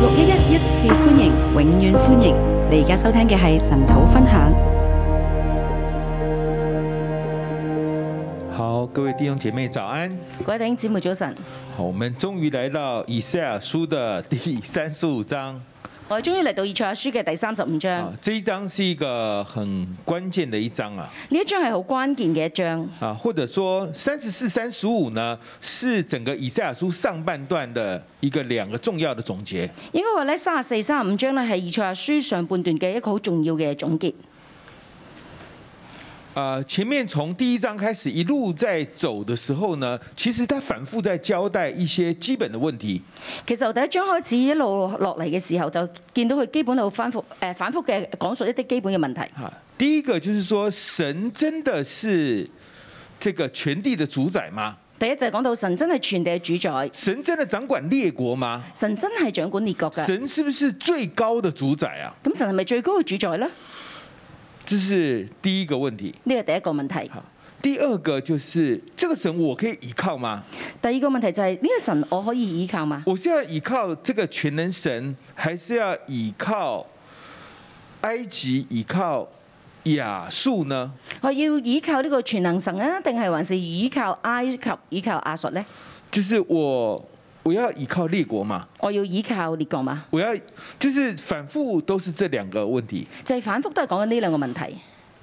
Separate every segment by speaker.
Speaker 1: 六一一一次歡迎，永遠歡迎！你而家收聽嘅係神土分享。
Speaker 2: 好，各位弟兄姐妹早安。
Speaker 3: 各位弟兄姊妹早晨，
Speaker 2: 好，我們終於來到以賽亞書的第三十五章。
Speaker 3: 我哋終於嚟到以賽亞書嘅第三十五章，
Speaker 2: 啊
Speaker 3: 呢，
Speaker 2: 這一章是一個很關鍵的一章啊
Speaker 3: 一章係好關鍵嘅一章。
Speaker 2: 啊，或者說三十四、三十五呢，是整個以賽亞書上半段的一個兩個重要的總結。
Speaker 3: 應該話咧，三十四、三十五章咧係以賽亞書上半段嘅一個好重要嘅總結。
Speaker 2: 啊，前面從第一章開始一路在走的時候呢，其實他反覆在交代一些基本的問題。
Speaker 3: 其實由第一章開始一路落嚟嘅時候，就見到佢基本度反覆誒、呃反覆嘅講述一啲基本嘅問題。
Speaker 2: 啊，第一個就是說，神真的是這個全地的主宰嗎？
Speaker 3: 第一就係講到神真係全地嘅主宰，
Speaker 2: 神真的掌管列國嗎？
Speaker 3: 神真係掌管列國嘅。
Speaker 2: 神是不是最高的主宰啊？
Speaker 3: 咁神係咪最高嘅主宰呢？
Speaker 2: 这是第一個問題。
Speaker 3: 呢個第一個問題。
Speaker 2: 好，第二個就是這個神我可以依靠嗎？
Speaker 3: 第二個問題就係、呢個神我可以倚靠嘛？
Speaker 2: 我是要依靠這個全能神，還是要依靠埃及、依靠亞述呢？
Speaker 3: 我要倚靠呢個全能神啊，定係還是倚靠埃及、倚靠亞述呢？
Speaker 2: 就是我我要依靠列國嘛，
Speaker 3: 我要倚靠列國嘛？
Speaker 2: 我要就是反覆都是這兩個問題。
Speaker 3: 就係、反覆都係講緊呢兩個問題。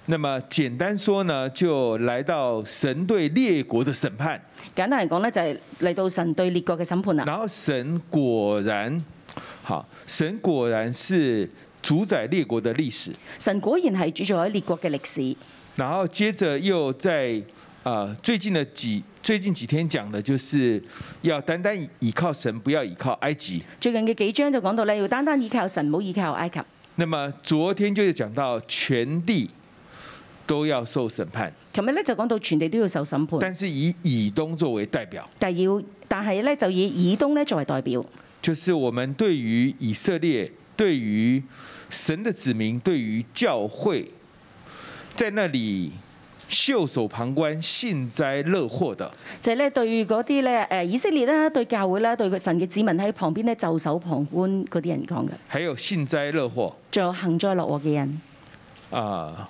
Speaker 2: 那麼簡單說呢，就來到神對列國的審判。
Speaker 3: 簡單嚟講呢，就係、嚟到神對列國嘅審判啦。
Speaker 2: 然後神果然，好，神果然是主宰列國的历史。
Speaker 3: 神果然係主宰列國嘅歷史。
Speaker 2: 然後接着又在呃最近的幾最近幾天講的就是要單單倚倚靠神，不要倚靠埃及。
Speaker 3: 最近嘅幾章就講到呢，要單單倚靠神，唔好倚靠埃及。
Speaker 2: 那麼昨天就是講到全地都要受審判，
Speaker 3: 琴日呢，就講到全地都要受審判，
Speaker 2: 但是以以東作為代表，
Speaker 3: 但係要但係呢，就以以東呢作為代表，
Speaker 2: 就是我們對於以色列、對於神的子民、對於教會，在那裡袖手旁觀、幸災樂禍的，
Speaker 3: 就係、呢對嗰啲呢誒以色列啦、對教會啦、對佢神嘅子民喺旁邊呢袖手旁觀嗰啲人講嘅，
Speaker 2: 還有幸災樂禍
Speaker 3: 仲有幸災樂禍嘅人。
Speaker 2: 啊、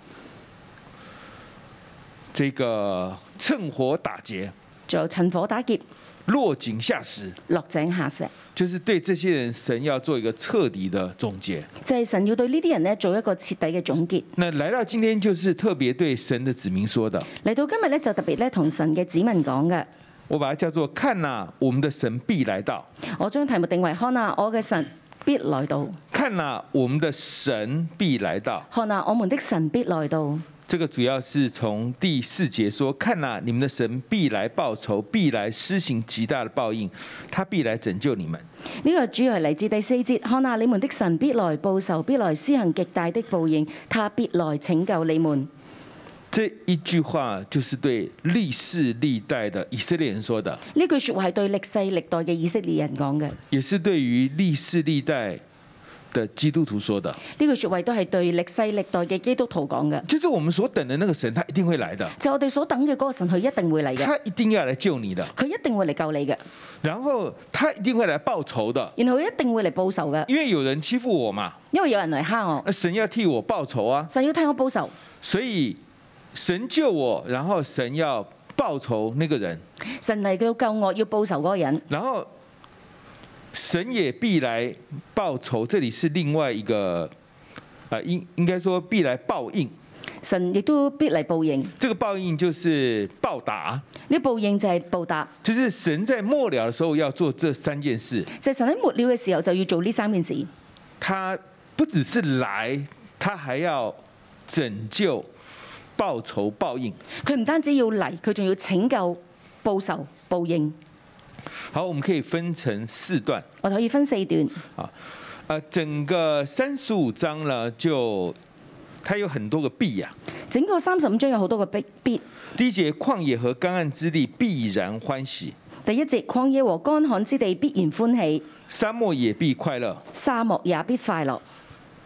Speaker 2: 這個趁火打劫、
Speaker 3: 仲有趁火打劫、
Speaker 2: 落井下石，
Speaker 3: 落井下石，
Speaker 2: 就是對這些人，神要做一個徹底的總結。
Speaker 3: 就係、神要對呢啲人呢做一個徹底嘅總結。
Speaker 2: 那來到今天，就是特別對神的子民說的，
Speaker 3: 嚟到今日呢，就特別呢同神嘅子民講嘅，
Speaker 2: 我把它叫做“看哪、我們的神必來到”。
Speaker 3: 我將題目定為看啊，我嘅神必來到，
Speaker 2: 看啦、我們的神必來到。
Speaker 3: 看啊，我們的神必來到。
Speaker 2: 這個主要是從第四節說：看啦、你們的神必來報仇，必來施行極大的報應，他必來拯救你們。
Speaker 3: 呢、個主要係嚟自第四節，看啊，你們的神必來報仇，必來施行極大的報應，他必來拯救你們。
Speaker 2: 這一句話就是對歷世歷代的以色列人說的，
Speaker 3: 呢句説話係對歷世歷代嘅以色列人講嘅，呢
Speaker 2: 也是對於歷世歷代的基督徒說的。
Speaker 3: 句説話都係對歷世歷代嘅基督徒講嘅。
Speaker 2: 就是我們所等的那個神，他一定會來的，
Speaker 3: 就我哋所等嘅嗰個神，佢一定會嚟嘅，
Speaker 2: 他一定要來救你的，
Speaker 3: 佢一定會嚟救你嘅。
Speaker 2: 然後他一定會來報仇的，
Speaker 3: 然後一定會嚟報仇嘅，
Speaker 2: 因為有人欺負我嘛，
Speaker 3: 因為有人嚟蝦我，
Speaker 2: 那神要替我報仇啊。
Speaker 3: 神要替我報仇，
Speaker 2: 所以神救我，然后神要报仇那个人，
Speaker 3: 神嚟到救我，要報仇嗰個人，
Speaker 2: 然后神也必来报仇。这里是另外一个，呃，应应该说必来报应。
Speaker 3: 神亦都必嚟報應。
Speaker 2: 这个报应就是报答，
Speaker 3: 呢報應就係報答，
Speaker 2: 就是神在末了的时候要做这三件事。
Speaker 3: 就係、神喺末了嘅時候就要做呢三件事。
Speaker 2: 他不只是来，他还要拯救、报仇、报应。
Speaker 3: 佢唔單止要嚟，佢仲要拯救、報仇、報應。
Speaker 2: 好，我们可以分成四段。
Speaker 3: 我哋可以分四段。
Speaker 2: 呃，整个三十五章呢，就它有很多个必呀、
Speaker 3: 整個三十五章有好多個必必。
Speaker 2: 第一节，旷野和干岸之地必然欢喜，
Speaker 3: 第一節，曠野和乾旱之地必然歡喜，
Speaker 2: 沙漠也必快乐。
Speaker 3: 沙漠也必快樂。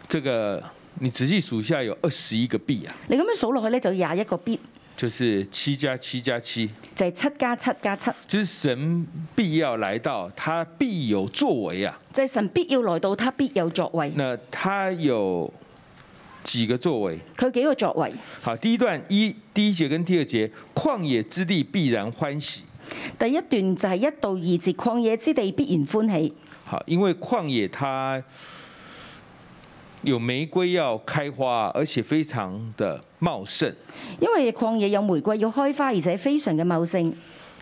Speaker 2: 这个你仔细数一下，有二十一个必呀、
Speaker 3: 你咁樣數落去呢，就有廿一個必。
Speaker 2: 就是七加七加七，
Speaker 3: 就係七加七加七，
Speaker 2: 就是神必要来到，他必有作为啊。
Speaker 3: 就係神必要來到，他必有作為。
Speaker 2: 那他有几个作为？
Speaker 3: 佢幾個作為？
Speaker 2: 好，第一段一第一节跟第二节，旷野之地必然欢喜。
Speaker 3: 第一段就係一到二節，曠野之地必然歡喜，
Speaker 2: 好，因为旷野它有玫瑰要开花，而且非常的茂盛。
Speaker 3: 因為曠野有玫瑰要開花，而且非常嘅茂盛，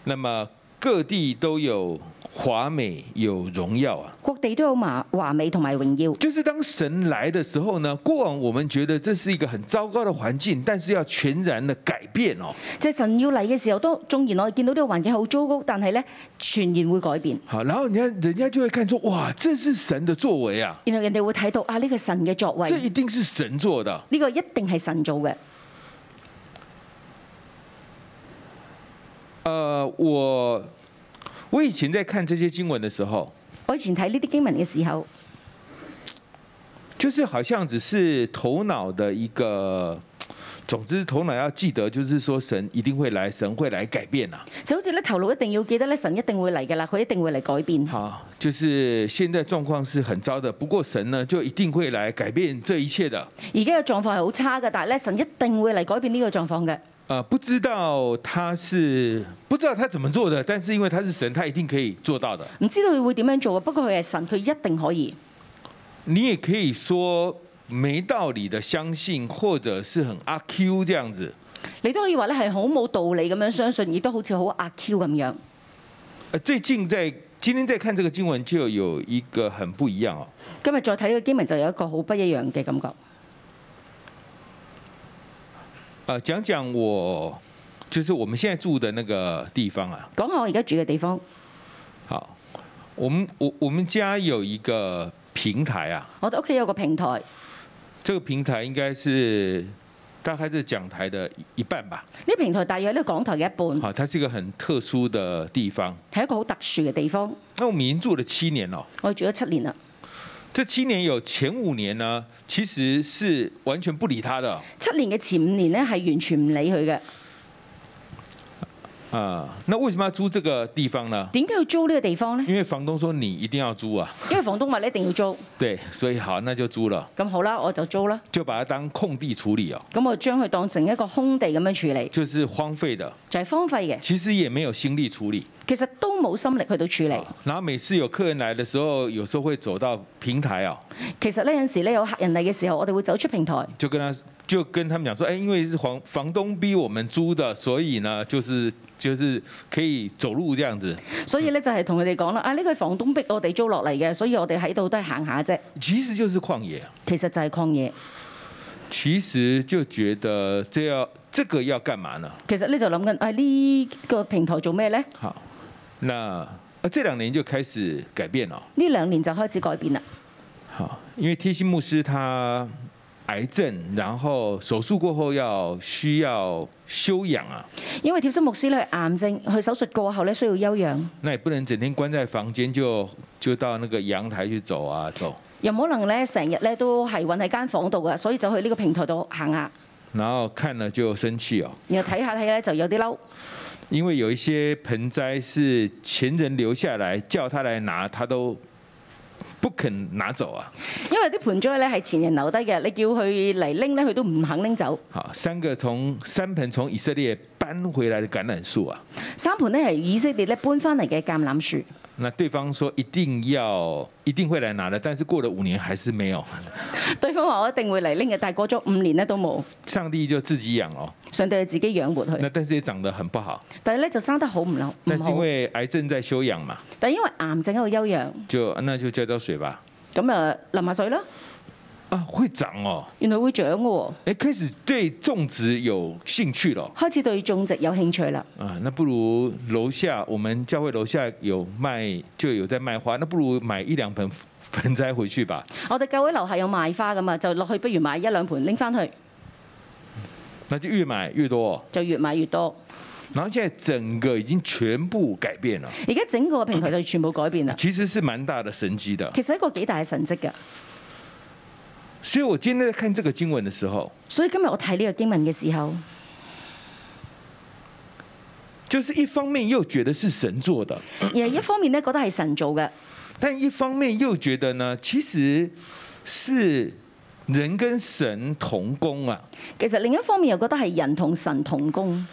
Speaker 2: 那么各地都有华美，有荣耀啊。
Speaker 3: 各地都有華華美同埋榮耀。
Speaker 2: 就是当神来的时候呢，过往我们觉得这是一个很糟糕的环境，但是要全然的改变哦。
Speaker 3: 即係神要嚟嘅時候，都縱然我哋見到呢個環境好糟糕，但係呢，全然會改變。
Speaker 2: 好，然后人家人家就会看出，哇，這是神的作為啊，
Speaker 3: 然後人哋會睇到啊，呢、個神嘅作為，
Speaker 2: 這一定是神做的。
Speaker 3: 呢、個一定係神做嘅。
Speaker 2: 呃，我我以前在看这些经文的时候，
Speaker 3: 我以前睇呢啲經文嘅時候，
Speaker 2: 就是好像只是头脑的一个，总之头脑要记得，就是说神一定会来，神会来改变啊。
Speaker 3: 就好似咧頭腦一定要記得咧，神一定會嚟嘅啦，佢一定會嚟改變。
Speaker 2: 好，就是现在状况是很糟的，不过神呢就一定会来改变这一切的。
Speaker 3: 而家嘅狀況係好差嘅，但係咧神一定會嚟改變呢個狀況嘅。
Speaker 2: 呃，不知道他是不知道他怎么做的，但是因为他是神，他一定可以做到的。
Speaker 3: 唔知道佢會點樣做嘅，不過佢係神，佢一定可以。
Speaker 2: 你也可以说没道理的相信，或者是很阿 Q 这样子。
Speaker 3: 你都可以話咧係好冇道理咁樣相信，亦都好似好阿 Q 咁樣。
Speaker 2: 呃，最近在今天在看这个经文，就有一个很不一样哦。
Speaker 3: 今日再睇呢個經文就有一個好不一樣嘅感覺。
Speaker 2: 呃，讲讲我就是我们现在住的那个地方啊。
Speaker 3: 講下我而家住嘅地方，
Speaker 2: 好，我们我我们家有一个平台啊，
Speaker 3: 我哋屋企有個平台，
Speaker 2: 这个平台应该是大概是讲台的一半吧。
Speaker 3: 呢個平台大約呢個港台嘅一半，
Speaker 2: 好，它是一个很特殊的地方。
Speaker 3: 係一個好特殊嘅地方。
Speaker 2: 那我们已經住了七年了。
Speaker 3: 我哋住咗七年啦，
Speaker 2: 这七年有前五年呢，其实是完全不理他的啊、
Speaker 3: 七年嘅前五年呢係完全唔理佢嘅。
Speaker 2: 啊那为什么要租这个地方呢？
Speaker 3: 點解要租呢個地方呢？
Speaker 2: 因为房东说你一定要租啊，
Speaker 3: 因為房東話你一定要租，
Speaker 2: 对，所以好，那就租了，
Speaker 3: 咁好啦，我就租啦。
Speaker 2: 就把它當空地處理哦，
Speaker 3: 咁我將佢當成一個空地咁樣處理，
Speaker 2: 就是荒廢的，
Speaker 3: 就係、荒廢嘅。
Speaker 2: 其實也沒有心力處理。
Speaker 3: 其實都冇心力去到處理。
Speaker 2: 然後每次有客人來的時候，有時候會走到平台哦，
Speaker 3: 其實呢，有陣時咧有客人嚟嘅時候，我哋會走出平台，
Speaker 2: 就跟他就跟他們講說，哎、因為是房房東逼我們租的，所以呢，就是就是可以走路這樣子。
Speaker 3: 所以呢，就係同佢哋講啦，啊呢個係房東逼我哋租落嚟嘅，所以我哋喺度都係行下啫。
Speaker 2: 其實就是曠野啊，
Speaker 3: 其實就係抗嘢。
Speaker 2: 其實就覺得這要這個要幹嘛呢？
Speaker 3: 其實呢，就諗緊，啊呢、個平台做咩呢？
Speaker 2: 好，那呃这兩年就開始改變了。
Speaker 3: 呢兩年就開始改變啦。
Speaker 2: 好，因為贴心牧師他癌症，然後手術過後要需要休養啊，
Speaker 3: 因為貼心牧師咧癌症，佢手術過後咧需要休養，
Speaker 2: 那也不能整天關在房間就就到那個陽台去走啊走，
Speaker 3: 又唔可能咧成日咧都係韞喺間房度嘅，所以就去呢個平台度行下，
Speaker 2: 然後看了就生氣哦，
Speaker 3: 然後睇下睇咧就有啲嬲，
Speaker 2: 因為有一些盆栽是前人留下來，叫他來拿他都不肯拿走啊。
Speaker 3: 因為啲盆栽咧係前人留低嘅，你叫佢嚟拎咧，佢都唔肯拎走。
Speaker 2: 好，三个从三盆從以色列搬回來的橄欖樹啊，
Speaker 3: 三盤呢係以色列咧搬翻嚟嘅橄欖樹，
Speaker 2: 那對方說一定要一定會來拿的，但是過了五年還是沒有，
Speaker 3: 對方話我一定會嚟拎嘅，但係過咗五年咧都冇，
Speaker 2: 上帝就自己養哦。
Speaker 3: 上帝就自己養活佢
Speaker 2: 那，但是也長得很不好，
Speaker 3: 但係咧就生得好唔好唔
Speaker 2: 但是因
Speaker 3: 好，
Speaker 2: 為癌症在休養嘛，
Speaker 3: 但係因為癌症喺度休養，
Speaker 2: 就那就浇浇水吧。
Speaker 3: 咁啊淋下水啦，
Speaker 2: 啊，會長哦，
Speaker 3: 原來會長嘅喎，
Speaker 2: 哎、開始對種植有興趣了
Speaker 3: 開始對種植有興趣啦。
Speaker 2: 啊。那不如樓下我們教會樓下有賣，就有在賣花，那不如買一兩盆盆栽回去吧。
Speaker 3: 我哋教會樓下有賣花噶嘛，就落去不如買一兩盆拎翻去，
Speaker 2: 那就越買越多哦、
Speaker 3: 就越買越多。
Speaker 2: 然後現在整個已經全部改變了，
Speaker 3: 而家整個平台就全部改變啦，
Speaker 2: 其實是蠻大的神蹟的。
Speaker 3: 其實係一個幾大嘅神跡㗎。
Speaker 2: 所以我今天在看這個經文的時候，
Speaker 3: 所以今日我睇呢個經文嘅時候，
Speaker 2: 就是一方面又觉得是神做的，
Speaker 3: 而係一方面呢，覺得係神做嘅，
Speaker 2: 但一方面又觉得呢，其实是人跟神同工啊，
Speaker 3: 其實另一方面又覺得係人同神同工。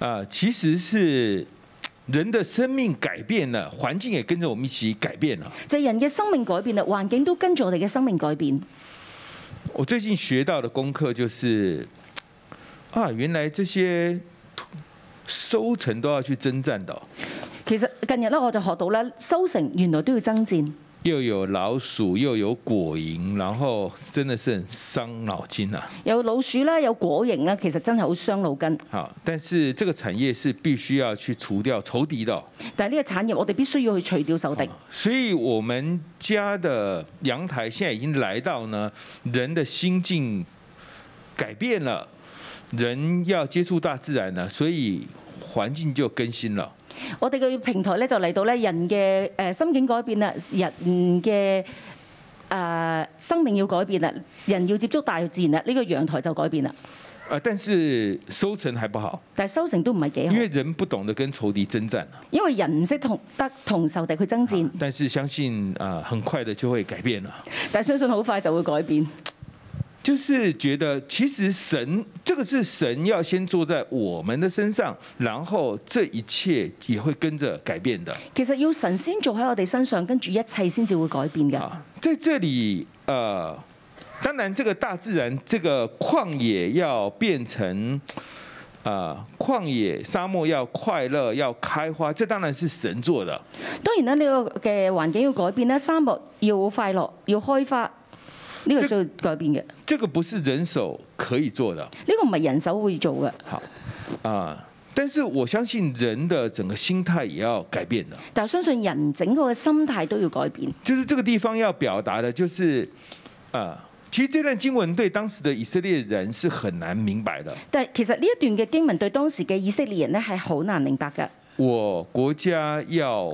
Speaker 2: 啊、其实是人的生命改变了，环境也跟着我们一起改变了。
Speaker 3: 就係人嘅生命改變啦，環境都跟住我哋嘅生命改變。
Speaker 2: 我最近学到的功课就是，啊，原来这些收成都要去征战的哦、
Speaker 3: 其實近日咧，我就學到咧，收成原來都要爭戰，
Speaker 2: 又有老鼠，又有果蝇，然后真的是很伤脑筋啊。
Speaker 3: 有老鼠啦，有果蝇啦，其實真係好傷腦筋。
Speaker 2: 好，但是这个产业是必须要去除掉仇敌的哦、
Speaker 3: 但係呢個產業，我哋必須要去除掉仇敵。
Speaker 2: 所以我们家的阳台现在已经来到呢，人的心境改变了，人要接触大自然了，所以环境就更新了。
Speaker 3: 我哋嘅平台咧就嚟到咧人嘅誒、呃心境改變啦，人嘅誒、呃生命要改變啦，人要接觸大自然啦，呢、個陽台就改變啦。
Speaker 2: 啊，但是收成还不好，
Speaker 3: 但係收成都唔係幾好
Speaker 2: 因，为人不懂得跟仇敌征战。啊
Speaker 3: 因為人唔識同得同仇敵去爭戰，
Speaker 2: 但是相信啊、呃很快的就會改变了。
Speaker 3: 但係相信好快就會改變。
Speaker 2: 就是觉得其实神这个是神要先坐在我们的身上，然后这一切也会跟着改变的。
Speaker 3: 其實要神先做喺我哋身上，跟住一切先至會改變嘅。
Speaker 2: 啊，在这里，呃，当然这个大自然这个旷野要变成，呃，旷野沙漠要快乐要开花，这当然是神做的。
Speaker 3: 當然啦，呢、個嘅環境要改變啦，沙漠要快樂，要開花，呢、個
Speaker 2: 即
Speaker 3: 需要改變嘅。呢、
Speaker 2: 这个不是人手可以做的
Speaker 3: 個唔係人手會做嘅，
Speaker 2: 啊、但是我相信人的整个心态也要改变的。
Speaker 3: 但係相信人整個嘅心態都要改變。
Speaker 2: 就是这个地方要表达的，就是，呃，其实这段经文对当时的以色列人是很难明白的。
Speaker 3: 但係其實呢一段嘅經文對當時嘅以色列人呢係好難明白嘅。
Speaker 2: 我国家要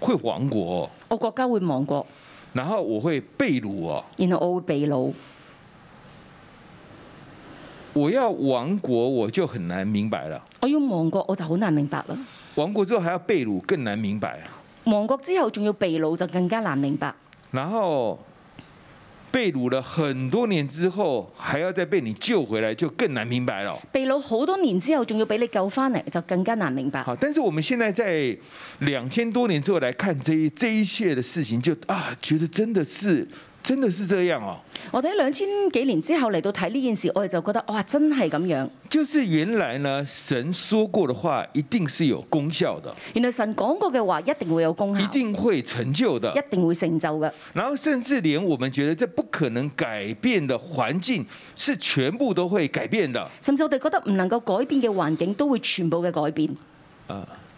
Speaker 2: 会亡国、
Speaker 3: 我國家會亡國，
Speaker 2: 然后我会被掳哦，
Speaker 3: 然後我會被掳。
Speaker 2: 我要亡国我就很难明白了，
Speaker 3: 我要亡國我就好難明白啦。
Speaker 2: 亡国之後还要被掳更难明白，
Speaker 3: 亡國之後仲要被掳就更加難明白。
Speaker 2: 然后被掳了很多年之后还要再被你救回来就更难明白了。
Speaker 3: 被掳好多年之後仲要俾你救翻嚟，就更加難明白。
Speaker 2: 好，但是我们现在在两千多年之后来看这一这一切的事情就，啊觉得真的是真的是这样哦，
Speaker 3: 我哋喺兩千幾年之後嚟到睇呢件事，我哋就覺得哇，真係咁樣。
Speaker 2: 就是原来呢神说过的话一定是有功效的，
Speaker 3: 原來神講過嘅話一定會有功效，
Speaker 2: 一定会成就的。
Speaker 3: 一定會成就嘅。
Speaker 2: 然后甚至连我们觉得这不可能改变的环境，是全部都会改变的。
Speaker 3: 甚至我哋覺得唔能夠改變嘅環境都會全部嘅改變。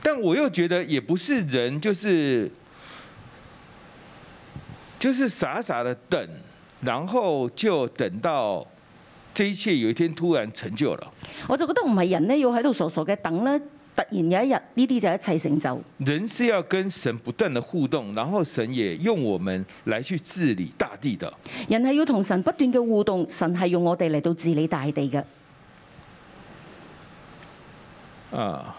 Speaker 2: 但我又觉得也不是人，就是就是傻傻的等，然后就等到这一切有一天突然成就了。
Speaker 3: 我就覺得唔係人呢要喺度傻傻嘅等咧，突然有一日呢啲就一切成就。
Speaker 2: 人是要跟神不断的互动，然后神也用我们来去治理大地的。
Speaker 3: 人係要同神不斷嘅互動，神係用我哋嚟到治理大地嘅。
Speaker 2: 啊。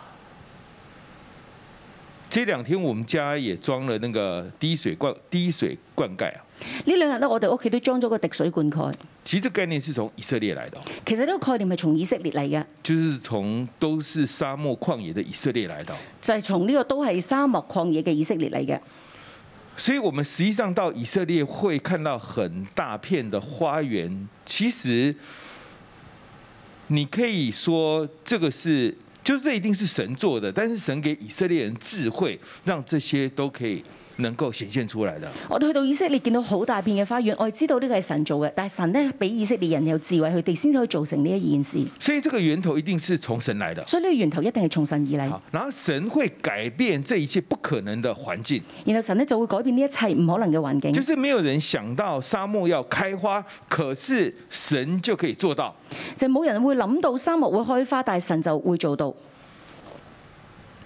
Speaker 2: 这两天我们家也装了那个滴水灌滴水灌溉啊，
Speaker 3: 呢兩日咧，我哋屋企都裝咗個滴水灌溉。
Speaker 2: 其实这概念是从以色列来的哦，
Speaker 3: 其實呢個概念係從以色列嚟嘅，
Speaker 2: 就是从都是沙漠旷野的以色列来的哦。
Speaker 3: 就係從呢個都係沙漠曠野嘅以色列嚟嘅。
Speaker 2: 所以，我们实际上到以色列会看到很大片的花园。其实，你可以说这个是，就是这一定是神做的，但是神给以色列人智慧，让这些都可以能够显现出来的。
Speaker 3: 我哋去到以色列見到好大片嘅花園，我哋知道呢個係神做嘅，但係神呢，俾以色列人有智慧，佢哋先可以做成呢一件事。
Speaker 2: 所以，这个源头一定是从神来的。
Speaker 3: 所以呢個源頭一定係從神而嚟
Speaker 2: 好，，然后神会改變這一切不可能的環境，
Speaker 3: 然後神呢就會改變呢一切唔可能嘅環境
Speaker 2: 就。是沒有人想到沙漠要開花，可是神就可以做到。
Speaker 3: 就冇人會諗到沙漠會開花，但係神就會做到。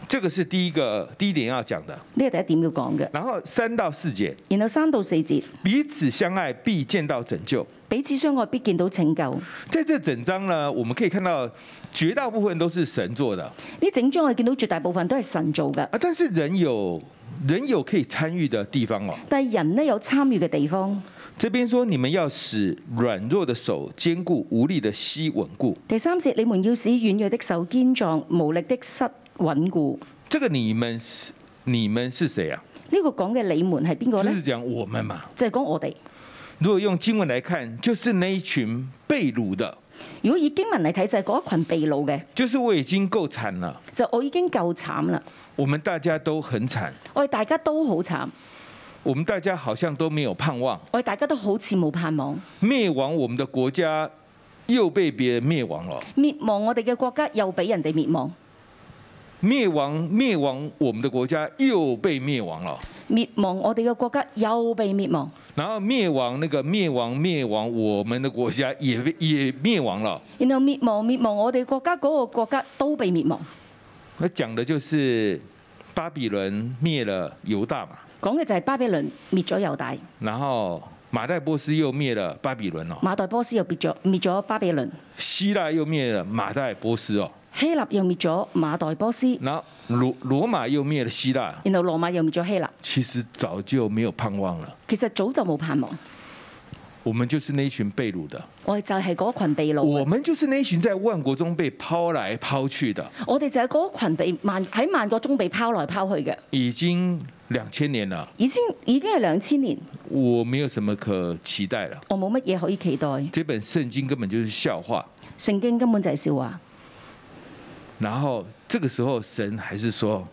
Speaker 2: 这个是第一个第一点要讲的。
Speaker 3: 呢個第一點要講嘅。
Speaker 2: 然后三到四节，
Speaker 3: 然後三到四節，
Speaker 2: 彼此相爱必见到拯救。
Speaker 3: 彼此相愛必見到拯救。
Speaker 2: 在这整章呢，我们可以看到绝大部分都是神做的
Speaker 3: 呢整章我哋見到絕大部分都係神做嘅，
Speaker 2: 啊，但是人有人有可以参与的地方哦。
Speaker 3: 但係人呢有參與嘅地方。
Speaker 2: 这边说你们要使软弱的手坚固，无力的膝稳固。
Speaker 3: 第三節，你們要使軟弱的手堅壯，無力的膝穩固。
Speaker 2: 这个你們是你們是誰啊？
Speaker 3: 呢、個講嘅你們係邊個呢
Speaker 2: 就？是讲我們嘛。
Speaker 3: 就係講我哋。
Speaker 2: 如果用经文来看，就是那一群被掳的，
Speaker 3: 如果以經文嚟睇，就係嗰一群被擄嘅，
Speaker 2: 就是我已經夠慘了，
Speaker 3: 就我已經夠慘啦。
Speaker 2: 我們大家都很慘，
Speaker 3: 我哋大家都好慘，
Speaker 2: 我們大家好像都没有盼望，
Speaker 3: 我哋大家都好似冇盼望，
Speaker 2: 滅亡我們的國家又被別人滅亡了，
Speaker 3: 滅亡我哋嘅國家又俾人哋滅亡，
Speaker 2: 滅亡滅亡我們的國家又被滅亡了，
Speaker 3: 滅亡我哋嘅國家又被滅亡，
Speaker 2: 然後滅亡那個滅亡滅亡我們的國家也被也滅亡了。
Speaker 3: 然後滅亡滅亡我哋國家嗰、個國家都被滅亡。
Speaker 2: 那講的就是巴比倫滅了猶大嘛。
Speaker 3: 講嘅就係巴比倫滅咗猶大，
Speaker 2: 然后马代波斯又灭了巴比倫哦，
Speaker 3: 馬代波斯又滅咗滅咗巴比倫，
Speaker 2: 希腊又灭了马代波斯哦，
Speaker 3: 希臘又滅咗馬代波斯，
Speaker 2: 然后罗罗马又灭了希腊，
Speaker 3: 然後羅馬又滅咗希臘。
Speaker 2: 其实早就没有盼望了。
Speaker 3: 其實早就冇盼望，
Speaker 2: 我們就是那一群被掳的，
Speaker 3: 我哋就係嗰群被擄
Speaker 2: 我
Speaker 3: 嘅，
Speaker 2: 們就是那一群在萬國中被拋來拋去的，
Speaker 3: 我哋就係嗰群被萬喺萬國中被拋來拋去嘅。
Speaker 2: 已經兩千年了，
Speaker 3: 已經已經係兩千年，
Speaker 2: 我沒有什麼可期待了。
Speaker 3: 我冇乜嘢可以期待。
Speaker 2: 這本聖經根本就是笑話。
Speaker 3: 聖經根本就係笑話。
Speaker 2: 然後這個時候，神還是說：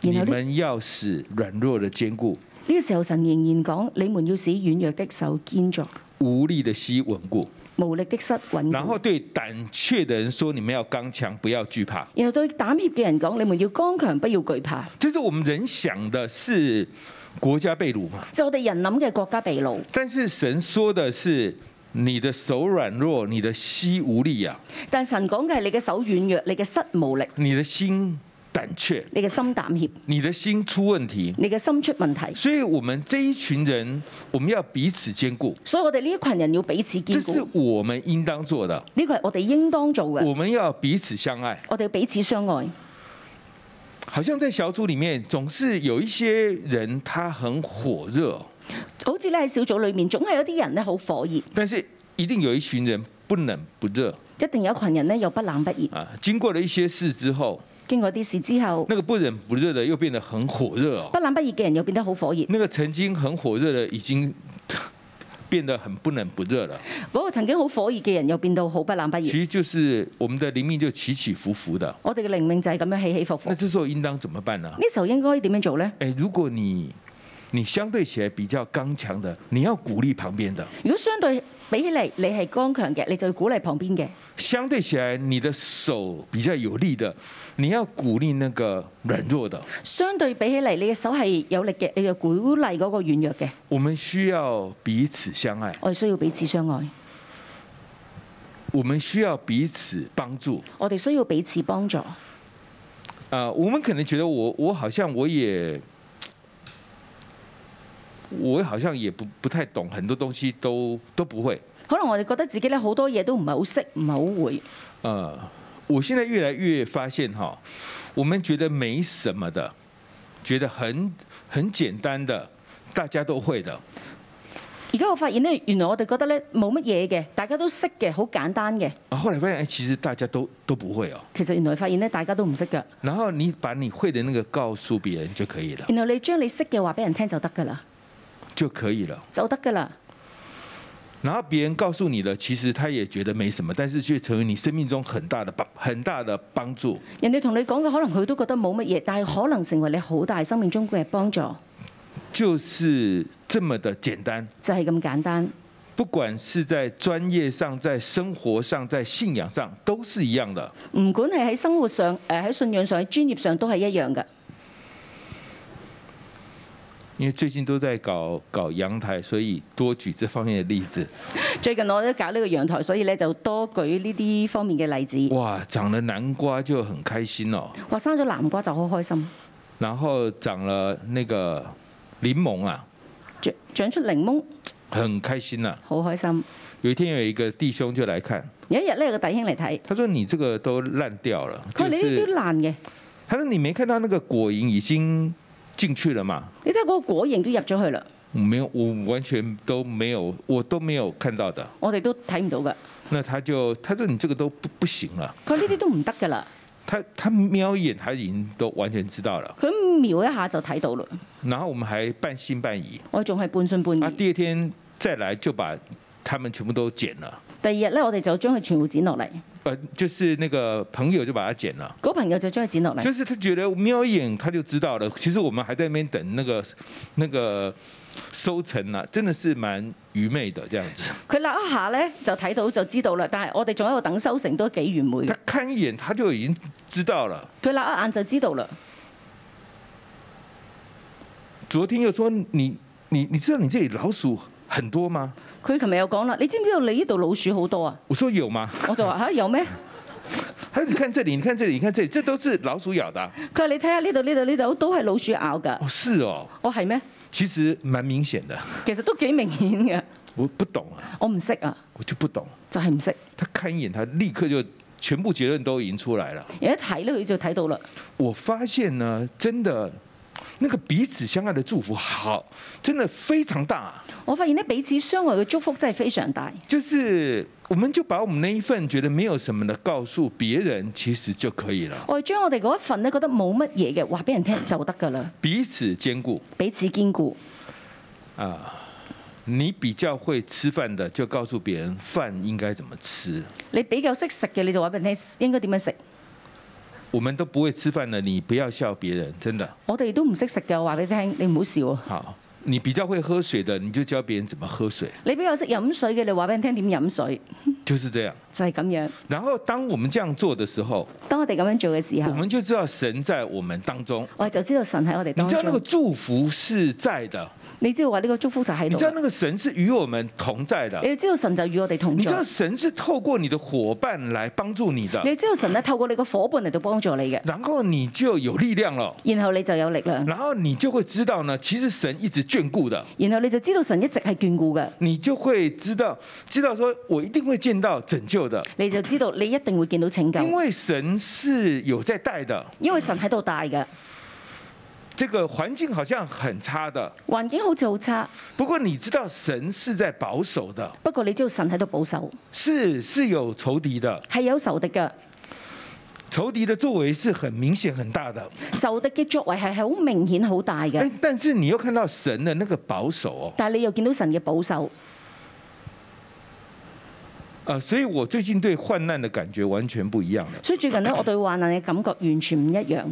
Speaker 3: 然
Speaker 2: 你
Speaker 3: 後呢呢、
Speaker 2: 們要使軟弱的堅固，
Speaker 3: 個時候，神仍然講：你們要使軟弱的手堅壯，
Speaker 2: 無力的膝穩固。
Speaker 3: 無力的膝穩
Speaker 2: 然後
Speaker 3: 固。
Speaker 2: 對膽怯的人說：“你們要剛強，不要懼怕。
Speaker 3: 然後對膽怯嘅人講：你們要剛強，不要懼怕。”
Speaker 2: 就是我們人想的是國家被擄嘛，
Speaker 3: 就我哋人諗嘅國家被擄，
Speaker 2: 但是神說的是你的手軟弱，你的膝無力啊，
Speaker 3: 但神講嘅係你嘅手軟弱，你嘅膝無力，
Speaker 2: 你的心膽怯，
Speaker 3: 你嘅心膽怯，
Speaker 2: 你的心出問題。
Speaker 3: 你嘅心出問題。
Speaker 2: 所以，我們這一群人，我們要彼此堅固，
Speaker 3: 所以我哋呢一群人要彼此
Speaker 2: 這
Speaker 3: 堅
Speaker 2: 是
Speaker 3: 固，
Speaker 2: 我們應當做的。
Speaker 3: 呢個係我哋應當做嘅。
Speaker 2: 我們要彼此相愛。
Speaker 3: 我哋要彼此相愛。
Speaker 2: 好像在小組裡面，總是有一些人他很火熱哦，
Speaker 3: 好似咧喺小組裏面，總係有啲人咧好火熱，
Speaker 2: 但是一定有一群人不冷不熱。
Speaker 3: 一定有一群人咧又不冷不熱。
Speaker 2: 啊，经過了一些事之後，
Speaker 3: 經過啲事之後，
Speaker 2: 那個不冷不熱的又變得很火熱哦
Speaker 3: 不。冷不熱嘅人又變得好火熱，嗰、
Speaker 2: 那個曾經很火熱的，已經變得很不冷不熱了。
Speaker 3: 個曾經好火熱嘅人又變到好不冷不熱
Speaker 2: 其。實就是我們的靈命就起起伏伏的。
Speaker 3: 我哋嘅靈命就係咁樣起起伏伏。
Speaker 2: 那
Speaker 3: 呢
Speaker 2: 這時候應當怎麼辦呢？
Speaker 3: 時候應該點樣做呢？
Speaker 2: 哎，如果你你相對起來比較剛強的，你要鼓勵旁邊的；
Speaker 3: 如果相對比起嚟，你係剛強嘅，你就要鼓勵旁邊嘅；
Speaker 2: 相對起來你的手比較有力的，你要鼓勵那個軟弱的。
Speaker 3: 相對比起嚟，你嘅手係有力嘅，你就鼓勵嗰個軟弱嘅。
Speaker 2: 我們需要彼此相愛，
Speaker 3: 我哋需要彼此相愛，
Speaker 2: 我們需要彼此幫助。
Speaker 3: 我哋需要彼此幫助。
Speaker 2: 呃，我们可能觉得我我好像我也，我好像也不不太懂，很多东西都都不会。
Speaker 3: 可能我哋覺得自己咧好多嘢都唔係好識，唔係好會。
Speaker 2: 呃，我现在越来越发现哈，我们觉得没什么的，觉得很很简单的，大家都会的。
Speaker 3: 而家我發現呢，原來我哋覺得咧冇乜嘢嘅，大家都識嘅，好簡單嘅。
Speaker 2: 啊，后来发现，哎，其实大家都都不会哦。
Speaker 3: 其實原來發現咧，大家都唔識㗎。
Speaker 2: 然后你把你會的那个告诉别人就可以了，
Speaker 3: 然後你將你識嘅話俾人聽就得㗎啦，
Speaker 2: 就可以了。
Speaker 3: 就得㗎啦。
Speaker 2: 然后别人告诉你了，其实他也觉得没什么，但是却成为你生命中很大的帮很大的帮助。
Speaker 3: 人哋同你講嘅可能佢都覺得冇乜嘢，但係可能成為你好大生命中嘅幫助，
Speaker 2: 就是这么的简单。
Speaker 3: 就係、咁簡單。
Speaker 2: 不管是在专业上、在生活上、在信仰上，都是一样的。
Speaker 3: 唔管係喺生活上、誒、喺信仰上、喺專業上都係一樣嘅。
Speaker 2: 因为最近都在搞搞阳台，所以多举这方面的例子。
Speaker 3: 最近我都搞呢個陽台，所以咧就多舉呢啲方面嘅例子。
Speaker 2: 哇，长了南瓜就很开心哦，
Speaker 3: 哇！生咗南瓜就好開心，
Speaker 2: 然后长了那个柠檬啊，
Speaker 3: 長長出檸檬
Speaker 2: 很开心呐、啊。
Speaker 3: 好開心。
Speaker 2: 有一天有一个弟兄就来看，
Speaker 3: 有一日咧，有個弟兄嚟睇，
Speaker 2: 他说：“你这个都烂掉了，
Speaker 3: 佢話
Speaker 2: 就
Speaker 3: 你呢啲
Speaker 2: 是
Speaker 3: 爛嘅，
Speaker 2: 他说你没看到那个果蝇已经进去了嘛？
Speaker 3: 你睇下嗰個果形都入咗去啦，
Speaker 2: 没有，我完全都没有，我都没有看到的。
Speaker 3: 我哋都睇唔到噶。
Speaker 2: 那他就他说你这个都不不行了。
Speaker 3: 佢話呢啲都唔得噶啦，
Speaker 2: 他他瞄一眼，他已经都完全知道了。
Speaker 3: 佢瞄一下就睇到啦。
Speaker 2: 然后我们还半信半疑。
Speaker 3: 我仲係半信半疑。
Speaker 2: 啊，第二天再来就把他们全部都剪了。
Speaker 3: 第二日咧，我哋就將佢全部剪落嚟。
Speaker 2: 呃，就是那个朋友就把它剪了。
Speaker 3: 嗰朋友就將佢剪落嚟。
Speaker 2: 就是他觉得瞄一眼他就知道了。其实我们还在那边等那个那个收成呢、真的是蛮愚昧的这样子。
Speaker 3: 佢揦一下咧就睇到就知道啦，但係我哋仲喺度等收成都幾完美
Speaker 2: 他
Speaker 3: 嘅。
Speaker 2: 看一眼他就已经知道了。
Speaker 3: 佢揦一眼就知道啦。
Speaker 2: 昨天又说你你你知道你这里老鼠很多吗？
Speaker 3: 佢琴日又講啦，你知唔知道你呢度老鼠好多啊？
Speaker 2: 我说有吗？
Speaker 3: 我就話吓、有咩？
Speaker 2: 他说你看这里，你看这里，你看这里，这都是老鼠咬的啊、
Speaker 3: 佢話你睇下呢度呢度呢度都係老鼠咬㗎。
Speaker 2: 哦，是哦，
Speaker 3: 我係咩？
Speaker 2: 其实蛮明显的。
Speaker 3: 其實都幾明顯嘅。
Speaker 2: 我不懂啊，
Speaker 3: 我唔識啊，
Speaker 2: 我就不懂。
Speaker 3: 就係唔識。
Speaker 2: 他看一眼，他立刻就全部结论都已经出来了。
Speaker 3: 而一睇咧，佢就睇到啦。
Speaker 2: 我发现呢，真的那个彼此相爱的祝福好，真的非常大啊、
Speaker 3: 我發現咧，彼此相愛嘅祝福真係非常大。
Speaker 2: 就是我们就把我们那一份觉得没有什么的告诉別人，其实就可以了。
Speaker 3: 我哋將我哋嗰一份咧，覺得冇乜嘢嘅，話俾人聽就得㗎啦。
Speaker 2: 彼此兼顾，
Speaker 3: 彼此堅固。
Speaker 2: 你比较会吃饭的，就告诉别人饭应该怎么吃。
Speaker 3: 你比較識食嘅，你就話俾人聽應該點樣食。
Speaker 2: 我们都不会吃饭的，你不要笑別人，真的
Speaker 3: 我哋都唔識食嘅，我話俾你聽，你唔好笑啊！
Speaker 2: 好。你比较会喝水的，你就教别人怎麼喝水，
Speaker 3: 你比較識飲水嘅，你話俾人聽點飲水，
Speaker 2: 就是这样。
Speaker 3: 就係、咁樣。
Speaker 2: 然后当我们这样做的时候，
Speaker 3: 當我哋咁樣做嘅時
Speaker 2: 我
Speaker 3: 候，
Speaker 2: 们就知道神在我们当中。
Speaker 3: 我哋就知道神喺我哋
Speaker 2: 你
Speaker 3: 當
Speaker 2: 知道那個
Speaker 3: 中。
Speaker 2: 祝福是在的，
Speaker 3: 你知道話呢個祝福就喺
Speaker 2: 你知道
Speaker 3: 度，
Speaker 2: 那個神是與我們同在的
Speaker 3: 你，要知道神就與我哋同
Speaker 2: 你知
Speaker 3: 在。
Speaker 2: 道神是透過你的伙伴來幫助你的
Speaker 3: 你，要知道神咧透過你個伙伴嚟到幫助你嘅，
Speaker 2: 然後你就有力量了，
Speaker 3: 然後你就有力量，
Speaker 2: 然後你就會知道呢，其實神一直眷顧的，
Speaker 3: 然後你就知道神一直係眷顧嘅，
Speaker 2: 你就會知道，知道說我一定會見到拯救的，
Speaker 3: 你就知道你一定會見到拯
Speaker 2: 因
Speaker 3: 救，
Speaker 2: 為神是有在帶的。
Speaker 3: 因為神喺度帶嘅。
Speaker 2: 这個環境好像很差的，
Speaker 3: 環境好似好差，
Speaker 2: 不過你知道神是在保守的，
Speaker 3: 不過你知道神喺度保守，
Speaker 2: 是是有仇敵的，
Speaker 3: 係有仇敵嘅，
Speaker 2: 仇敵的作為是很明顯很大的。
Speaker 3: 仇敵嘅作為係好明顯好大
Speaker 2: 哎、
Speaker 3: 嘅，
Speaker 2: 但是你又看到神的那個保守哦，
Speaker 3: 但係你又見到神嘅保守。
Speaker 2: 呃，所以我最近對患難的感覺完全不一樣了。
Speaker 3: 所以最近咧，我對患難嘅感覺完全唔一樣。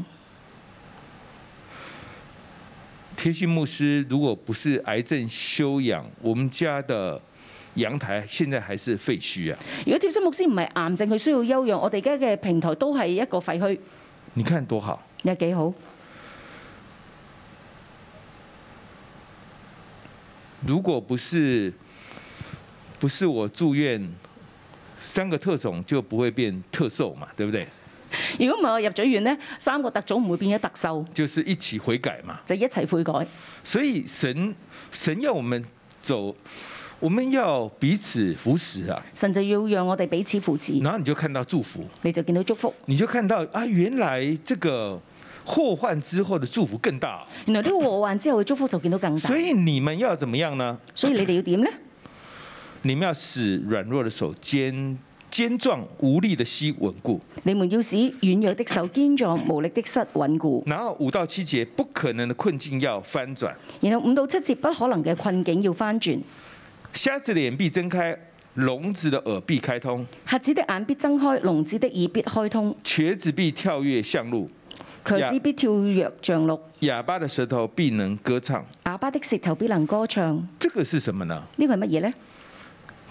Speaker 2: 贴心牧師如果不是癌症休養，我們家的陽台現在還是廢墟啊！
Speaker 3: 如果貼心牧師唔係癌症，佢需要休養，我哋而家嘅平台都係一個廢墟，
Speaker 2: 你看多好，
Speaker 3: 有幾好？
Speaker 2: 如果不是不是我住院，三個特種就不會變特瘦嘛，對不對？
Speaker 3: 如果唔係我入咗院呢，三個特組唔會變咗特秀，
Speaker 2: 就是一起悔改嘛。
Speaker 3: 就一齊悔改。
Speaker 2: 所以神神要我們走，我們要彼此扶持啊，
Speaker 3: 神就要讓我哋彼此扶持，
Speaker 2: 然後你就看到祝福。
Speaker 3: 你就見到祝福。
Speaker 2: 你就看到啊，原來這個禍患之後的祝福更大。
Speaker 3: 原來呢個禍患之後嘅祝福就見到更大
Speaker 2: 所。以你們要怎麼樣呢？
Speaker 3: 所以你哋要點呢？
Speaker 2: 你們要使軟弱的手堅堅壯無力的膝穩固。
Speaker 3: 你們要使軟弱的手堅壯，無力的膝穩固。
Speaker 2: 然後五到七節，不可能的困境要翻轉，
Speaker 3: 然後五到七節不可能嘅困境要翻轉，
Speaker 2: 瞎子的眼必睜開，聾子的耳必開通，
Speaker 3: 瞎子的眼必睜開，聾子的耳必開通，
Speaker 2: 瘸子必跳躍向路，
Speaker 3: 瘸子必跳躍像鹿。
Speaker 2: 啞巴的舌頭必能歌唱。
Speaker 3: 啞巴的舌頭必能歌唱，呢
Speaker 2: 這個是什麼呢？
Speaker 3: 個係乜嘢呢？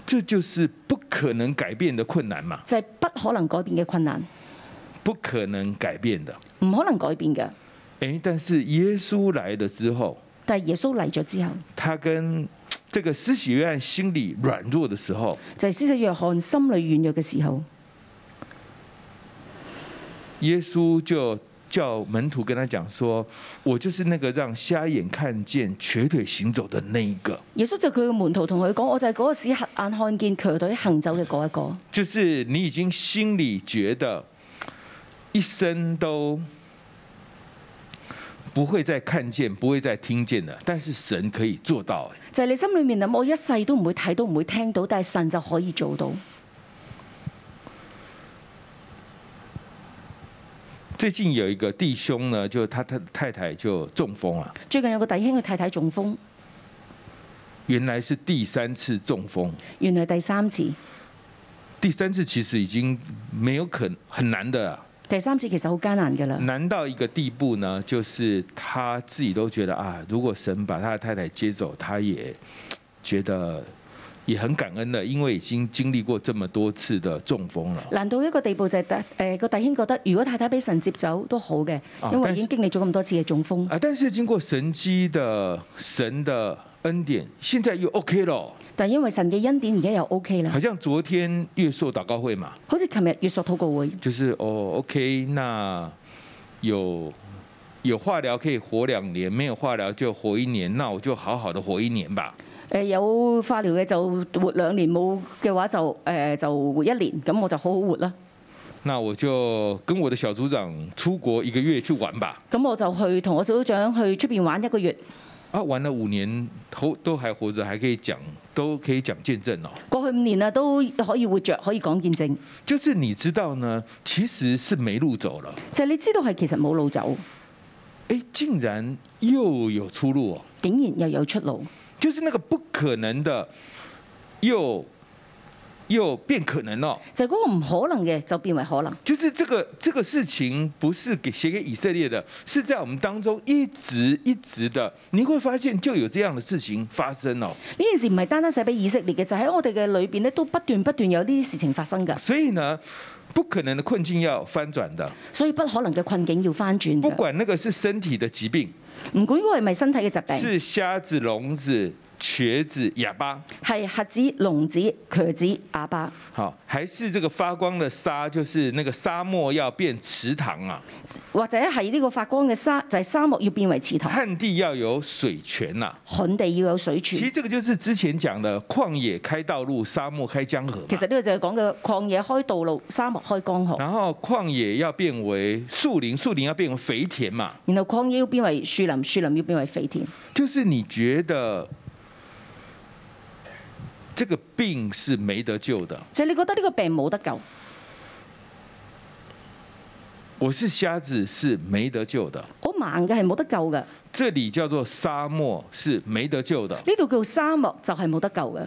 Speaker 2: 這就是不可能改變的困難嘛，
Speaker 3: 就係、不可能改變嘅困難，
Speaker 2: 不可能改變的。
Speaker 3: 唔可能改變嘅。
Speaker 2: 誒，但是耶穌來了之後，
Speaker 3: 但係耶穌嚟咗之後，
Speaker 2: 他跟这个施洗约翰心里软弱的时候，
Speaker 3: 就係施洗約翰心裏軟弱嘅時候，
Speaker 2: 耶稣就叫门徒跟他讲说：“我就是那个让瞎眼看见、瘸腿行走的那一个。
Speaker 3: 耶穌就佢嘅門徒同佢講：我就係嗰個使瞎眼看見、瘸腿行走嘅嗰一個。
Speaker 2: 就是你已经心里觉得一生都不会再看见、不会再听见了，但是神可以做到。欸
Speaker 3: 就係你心裏面諗，我一世都唔會睇到、唔會聽到，但係神就可以做到。
Speaker 2: 最近有一个弟兄呢，就他他太太就中风了，
Speaker 3: 最近有個弟兄佢太太中風，
Speaker 2: 原来是第三次中风，
Speaker 3: 原來第三次，
Speaker 2: 第三次其实已经没有可很难的了。
Speaker 3: 第三次其實好艱難㗎啦。
Speaker 2: 难到一个地步呢，就是他自己都觉得啊，如果神把他的太太接走，他也觉得也很感恩的，因为已经经历过这么多次的中风了。
Speaker 3: 難到一個地步就係弟誒個弟兄覺得，如果太太俾神接走都好嘅
Speaker 2: 啊，
Speaker 3: 因為
Speaker 2: 但
Speaker 3: 已經經歷咗咁多次嘅中風。
Speaker 2: 啊，但是经过神机的神的恩典，现在又 OK 了。
Speaker 3: 但因為神嘅恩典而家又 OK 啦
Speaker 2: 好，像昨天月朔祷告会嘛，
Speaker 3: 好似琴日月索禱告會
Speaker 2: 就是哦 OK，那有有化疗可以活两年，没有化疗就活一年，那我就好好的活一年吧。
Speaker 3: 誒有化療嘅就活兩年，冇嘅話就誒就活一年，咁我就好好活啦。
Speaker 2: 那我就跟我的小组长出国一个月去玩吧。
Speaker 3: 咁我就去同我小組長去出邊玩一個月。
Speaker 2: 啊，玩了五年，活都还活着，还可以讲，都可以讲见证哦。
Speaker 3: 過去五年啦，都可以活着，可以講見證。
Speaker 2: 就是你知道呢，其实是没路走了，
Speaker 3: 就係、你知道係其實冇路走，
Speaker 2: 哎，竟然又有出路哦。
Speaker 3: 竟然又有出路，
Speaker 2: 就是那个不可能的，又又变可能哦。
Speaker 3: 就係、嗰個唔可能嘅就變為可能。
Speaker 2: 就是这个这个事情不是给写给以色列的，是在我们当中一直一直的，你会发现就有这样的事情发生哦。
Speaker 3: 呢件事唔係單單寫俾以色列嘅，就喺我哋嘅裏邊咧，都不斷不斷有呢啲事情發生㗎。
Speaker 2: 所以呢，不可能的困境要翻转的，
Speaker 3: 所以不可能嘅困境要翻轉
Speaker 2: 不
Speaker 3: 㗎。
Speaker 2: 管那个是身体的疾病，
Speaker 3: 唔管嗰個係咪身體嘅疾病，
Speaker 2: 是瞎子、聋子、瘸子、哑巴，
Speaker 3: 係瞎子、聾子、瘸子、啞巴，
Speaker 2: 好，还是这个发光的沙，就是那个沙漠要变池塘啊，
Speaker 3: 或者係呢個發光嘅沙，就係、沙漠要變為池塘，
Speaker 2: 旱地要有水泉呐、
Speaker 3: 旱地要有水
Speaker 2: 其
Speaker 3: 泉。
Speaker 2: 实这个就是之前讲的曠野开道路，沙漠开江河嘛。
Speaker 3: 其實呢個就係講嘅曠野開道路，沙漠開江河，
Speaker 2: 然后旷野要变为树林，树林要變为肥田嘛。
Speaker 3: 然後曠野要變為樹林，樹林要變為肥田。
Speaker 2: 就是你觉得这个病是没得救的，
Speaker 3: 就係、你覺得呢個病冇得救，
Speaker 2: 我是瞎子是没得救的，
Speaker 3: 我盲嘅係冇得救嘅。
Speaker 2: 这里叫做沙漠是没得救的。
Speaker 3: 呢度叫沙漠就係冇得救嘅，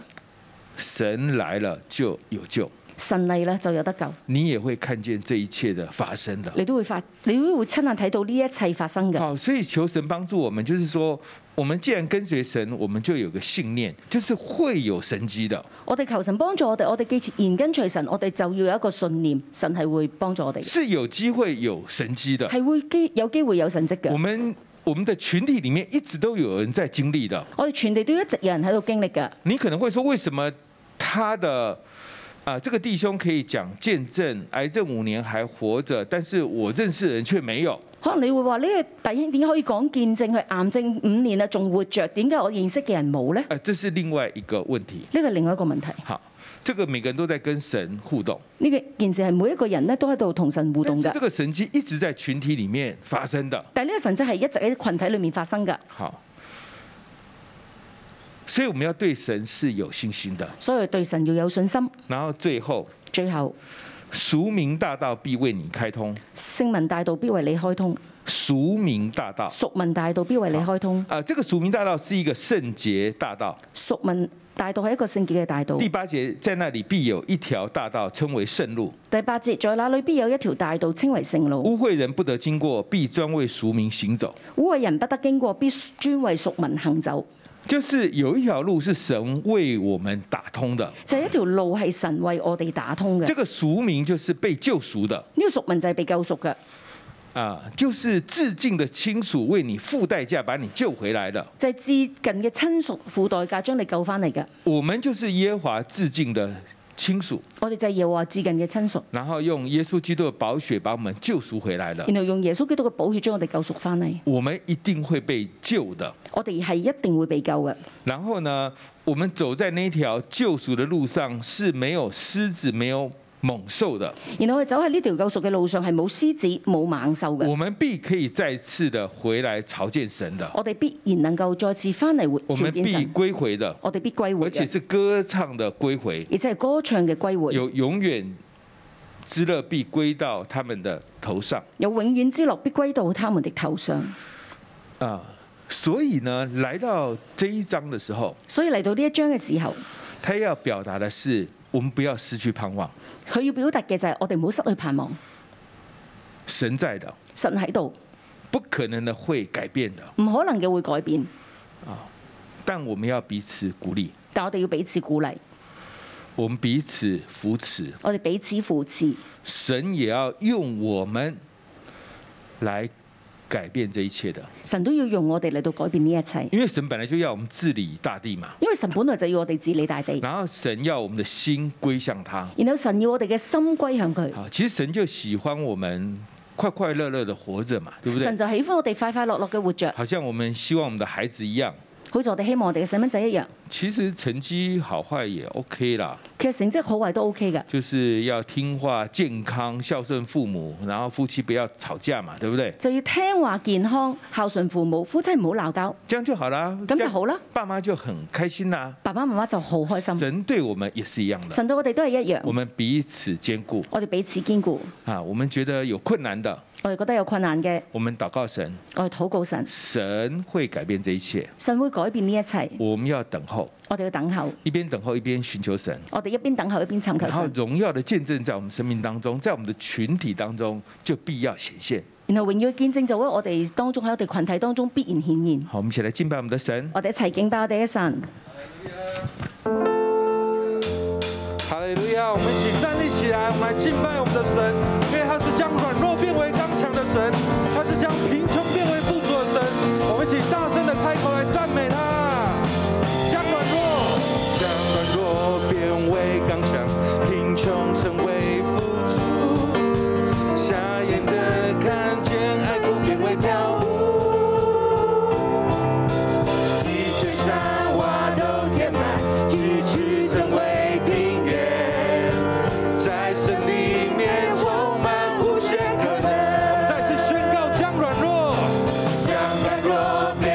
Speaker 2: 神来了就有救，
Speaker 3: 神嚟咧就有得救，
Speaker 2: 你也会看见这一切的发生的。
Speaker 3: 你都會發，你都會親眼睇到呢一切發生嘅。
Speaker 2: 好，所以求神帮助我们，就是说，我们既然跟随神，我们就有个信念，就是会有神机的。
Speaker 3: 我哋求神幫助我哋，我哋既然跟隨神，我哋就要有一個信念，神係會幫助我哋嘅，
Speaker 2: 是有機會有神機的。
Speaker 3: 係會機有機會有神蹟
Speaker 2: 我
Speaker 3: 嘅。
Speaker 2: 們我們的群體裡面一直都有人在經歷的。
Speaker 3: 我哋全地都一直有人喺度經歷嘅。
Speaker 2: 你可能會說，為什麼他的啊、这個弟兄可以講見證，癌症五年還活着，但是我認識的人卻沒有？
Speaker 3: 可能你會話呢、個弟兄點解可以講見證佢癌症五年啦，仲活着？點解我認識嘅人冇呢？
Speaker 2: 啊、這是另外一個問題。
Speaker 3: 呢個係另外一個問題。
Speaker 2: 好，這個每個人都在跟神互動，
Speaker 3: 呢個件事係每一個人咧都喺度同神互
Speaker 2: 但
Speaker 3: 動
Speaker 2: 是
Speaker 3: 嘅
Speaker 2: 這，個神蹟一直在群體裡面發生的。
Speaker 3: 但係呢個神蹟係一直喺群體裏面發生嘅，
Speaker 2: 好，所以我們要對神是有信心的。
Speaker 3: 所以對神要有信心。
Speaker 2: 然後最後，
Speaker 3: 最後。
Speaker 2: 俗名大道必為你開通。
Speaker 3: 聖民大道必為你開通，
Speaker 2: 俗名大道
Speaker 3: 屬民大道必為你開通。
Speaker 2: 啊、这个俗名大道是一个圣洁大道。
Speaker 3: 屬民大道係一個聖潔嘅大道。
Speaker 2: 第八节，在那里必有一條大道，稱為圣路，
Speaker 3: 第八節，在那裏必有一條大道，稱為聖路。
Speaker 2: 污秽人不得經過，必專為俗名行走。
Speaker 3: 污穢人不得經過，必專為屬民行走。
Speaker 2: 就是有一條路是神為我們打通的，
Speaker 3: 就係、一條路係神為我哋打通嘅。
Speaker 2: 這
Speaker 3: 呢
Speaker 2: 個俗名就是被救贖的
Speaker 3: 個屬民就係被救贖嘅，
Speaker 2: 啊、啊、就是致敬的亲属为你付代价把你救回来了。
Speaker 3: 就係至近嘅親屬付代價將你救翻嚟嘅。
Speaker 2: 我们就是耶和華致敬的亲屬，
Speaker 3: 我哋就係耶和華至近嘅親屬，
Speaker 2: 然後用耶穌基督的寶血把我們救贖回來了。
Speaker 3: 然後用耶穌基督嘅寶血將我哋救贖翻嚟。
Speaker 2: 我們一定會被救的。
Speaker 3: 我哋係一定會被救嘅。
Speaker 2: 然後呢，我們走在那條救贖的路上是沒有獅子、沒有猛獸的，
Speaker 3: 然後我哋走喺呢條救贖嘅路上係冇獅子冇猛獸嘅，
Speaker 2: 我們必可以再次的回來朝見神的，
Speaker 3: 我哋必然能夠再次翻嚟活
Speaker 2: 我
Speaker 3: 朝
Speaker 2: 們
Speaker 3: 見
Speaker 2: 必
Speaker 3: 神，
Speaker 2: 歸回的，
Speaker 3: 我哋必歸
Speaker 2: 而
Speaker 3: 回
Speaker 2: 且
Speaker 3: 嘅，
Speaker 2: 是歌唱的歸回，
Speaker 3: 而且係歌唱嘅歸回，
Speaker 2: 有永遠之樂必歸到他們的頭上
Speaker 3: 有永遠之樂必歸到他們的頭上。
Speaker 2: 啊、所以呢，來到這一章的時候，
Speaker 3: 所以嚟到呢一章嘅時候，
Speaker 2: 他要表達的是，我們不要失去盼望，
Speaker 3: 佢要表達嘅就係我哋唔好失去盼望，
Speaker 2: 神在的，
Speaker 3: 神喺度，
Speaker 2: 不可能的會改變的，
Speaker 3: 唔可能嘅會改變，
Speaker 2: 但我們要彼此鼓勵。
Speaker 3: 但我哋要彼此鼓勵，
Speaker 2: 我们彼此扶持，
Speaker 3: 我哋彼此扶持，
Speaker 2: 神也要用我们来改變這一切的，
Speaker 3: 神都要用我哋嚟到改變呢一切，
Speaker 2: 因為神本來就要我們治理大地嘛，
Speaker 3: 因為神本來就要我哋治理大地，
Speaker 2: 然後神要我們的心歸向他。
Speaker 3: 然後神要我哋嘅心歸向佢。
Speaker 2: 好，其實神就喜歡我們快快樂樂的活着嘛，對不
Speaker 3: 神
Speaker 2: 對？
Speaker 3: 就喜歡我哋快快樂樂嘅活着，
Speaker 2: 好像我們希望我們的孩子一樣，
Speaker 3: 好似我哋希望我哋嘅細蚊仔一樣。
Speaker 2: 其實成績好壞也 OK 啦，
Speaker 3: 其實成績好壞都 OK 嘅，
Speaker 2: 就是要聽話、健康、孝順父母，然後夫妻不要吵架嘛，對不對？
Speaker 3: 就要聽話、健康、孝順父母，夫妻唔好鬧交，
Speaker 2: 這樣就好啦，
Speaker 3: 咁就好啦。
Speaker 2: 爸媽就很開心啦。
Speaker 3: 爸爸媽媽就好開心。
Speaker 2: 神对我们也是一样的，
Speaker 3: 神對我哋都係一
Speaker 2: 我
Speaker 3: 樣，
Speaker 2: 们彼此兼顾
Speaker 3: 我哋彼此堅固。
Speaker 2: 啊。我们觉得有困难的，
Speaker 3: 我哋覺得有困難嘅，
Speaker 2: 我们祷告神，
Speaker 3: 我哋禱告神，
Speaker 2: 神会改变这一切。
Speaker 3: 神會改變呢一切。
Speaker 2: 我们要等候，
Speaker 3: 我哋要等候，
Speaker 2: 一边等候一边寻求神，
Speaker 3: 我哋一邊等候一邊尋求
Speaker 2: 然后
Speaker 3: 神，
Speaker 2: 荣耀的见证在我们生命当中，在我们的群体当中就必要显现。
Speaker 3: 然後榮耀嘅見證就喺我哋當中，喺我哋群體當中必然顯現。
Speaker 2: 好，我们一起来敬拜我们的神。
Speaker 3: 我哋一齊敬拜我哋嘅神。
Speaker 4: 哈利路亚！我们一起站立起来，我们来敬拜我们的神，因为他是将软弱变为刚强的神，他是将贫穷变为富足的神。我们一起大声的开口来赞美他。将软弱，将软弱变为刚强，贫穷成为富足，瞎眼的看见，爱哭变为跳舞。一切山洼都填满，崎岖成为平原，在神里面充满无限可能。再次宣告，将软弱，将软弱变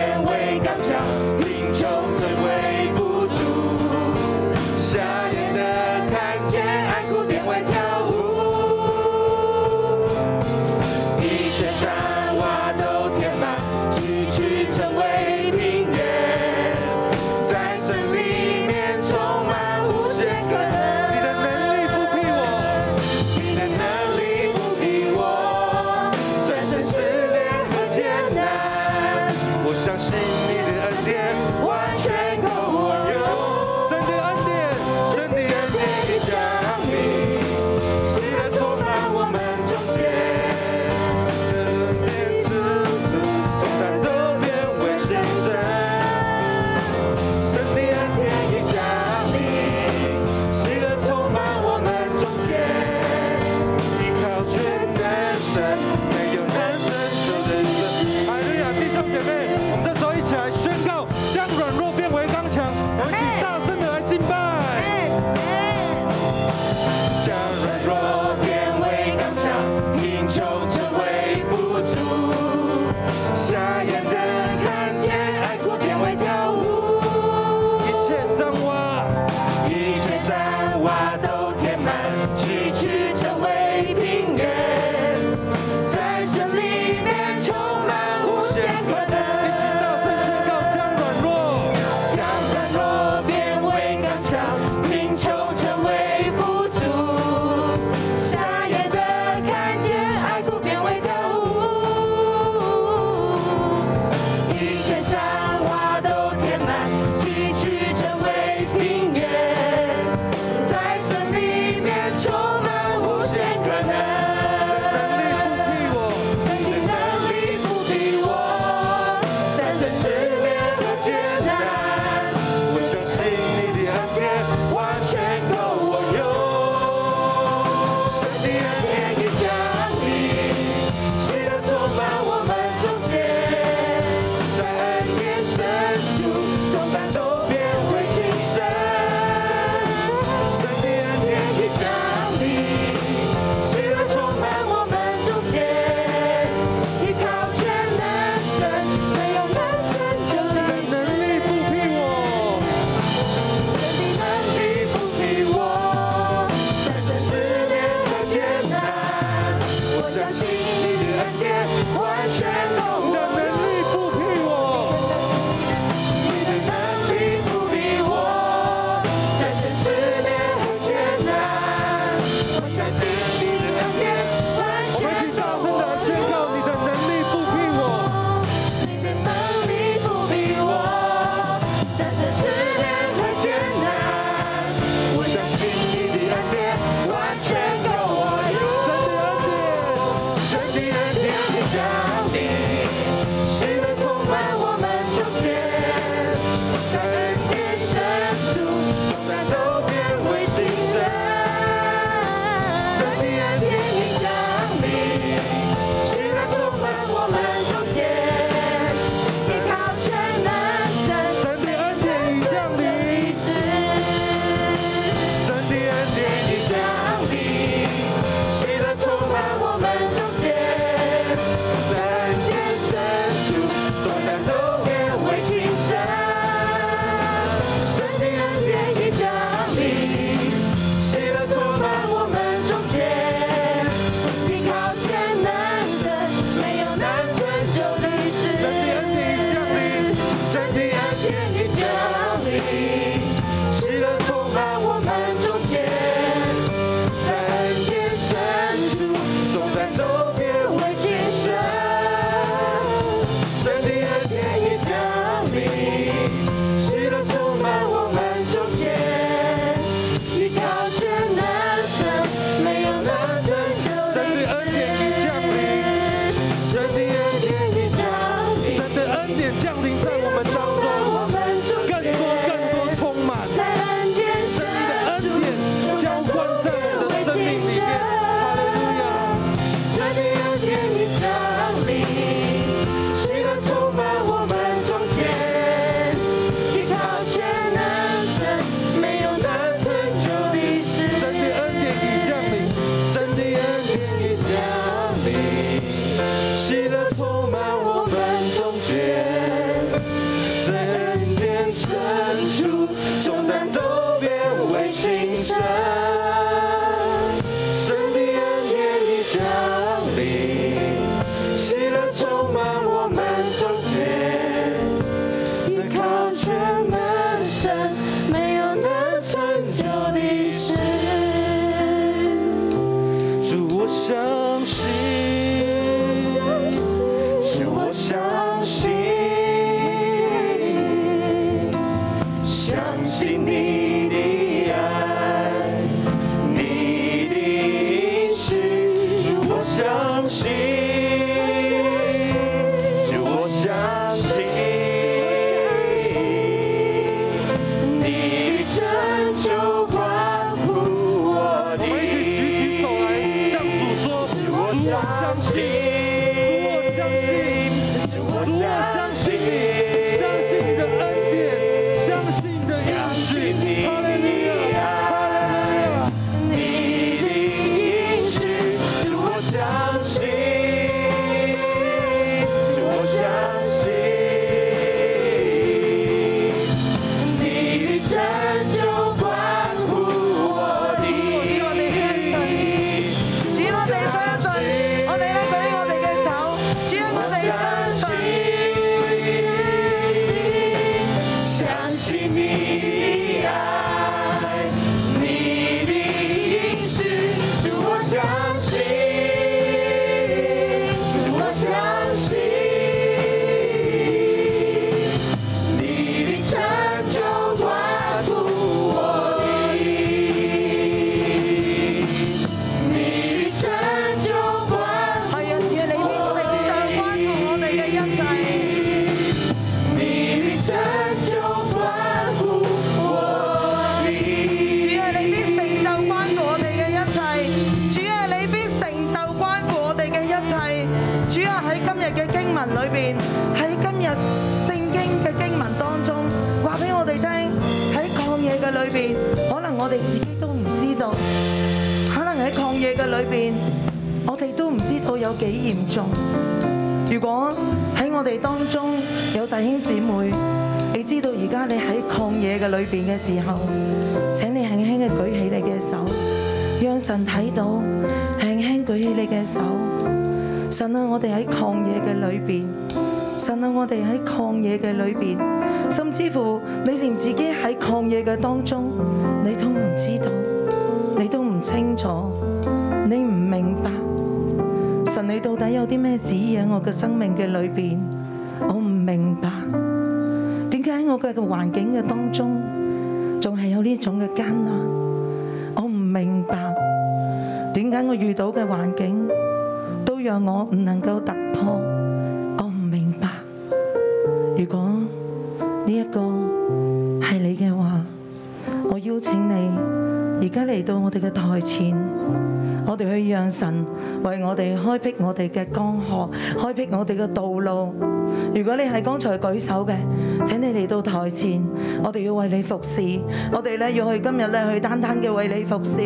Speaker 4: 重担都别为轻省。神的恩典已降临，喜乐充满我们中间，依靠全能神，没有能成就的事。主，我相信，主，我相信，相信你的爱，你的应许。主，我相信，主，我相信。你拯救欢呼我的，我们一起举起手来向主说：主，我相信，主，我相信，主，我相信你，相信你的恩典，相信你的应许，哈利路亚，哈利路亚，你的应许，主，我相信，主，我相信。你的拯救欢呼我的，主我哋相信，主我哋相信，我哋咧舉起我哋嘅手，主我哋相信，相信你的愛，你的應許，主我相信，主我相信。你的拯救关乎我的，你的拯救关乎
Speaker 5: 係啊，主你必成就關乎我哋嘅一切，
Speaker 4: 你的拯救关乎我的，
Speaker 5: 主係你必成就關乎我哋嘅一切，主係你必成就關乎我哋嘅一切，主啊喺今日嘅經文裏邊，喺今日聖經嘅經文當中，話俾我哋聽喺曠野嘅裏邊，可能我哋自己都唔知道，可能喺曠野嘅裏邊，我哋都唔知道有幾嚴重。如果喺我哋當中有弟兄姊妹，你知道而家你喺曠野嘅裏邊嘅時候，請你輕輕嘅舉起你嘅手，讓神睇到，輕輕舉起你嘅手。神啊，我哋喺曠野嘅裏邊，神啊，我哋喺曠野嘅裏邊，甚至乎你連自己喺曠野嘅當中，你都唔知道，你都唔清楚，你唔明白。神你到底有啲咩指引我嘅生命嘅裏邊？我唔明白，點解喺我嘅環境嘅當中，仲係有呢種嘅艱難？我唔明白，點解我遇到嘅環境都讓我唔能夠突破？我唔明白。如果呢一個係你嘅話，我邀請你而家嚟到我哋嘅台前。我哋去讓神為我哋開闢我哋嘅江河，開闢我哋嘅道路。如果你係剛才舉手嘅，請你嚟到台前，我哋要為你服侍，我哋咧要去今日咧去單單嘅為你服侍，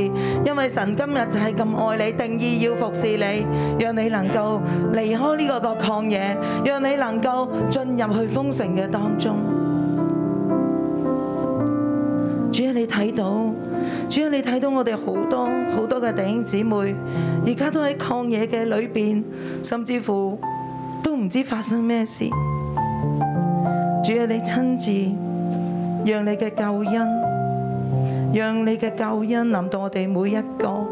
Speaker 5: 因為神今日就係咁愛你，定義要服侍你，讓你能夠離開呢個個曠野，讓你能夠進入去豐盛嘅當中。主啊，你睇到，主啊，你睇到我哋好多好多嘅弟兄姊妹，而家都喺曠野嘅裏邊，甚至乎都唔知發生咩事。主啊，你親自讓你嘅救恩，讓你嘅救恩臨到我哋每一個。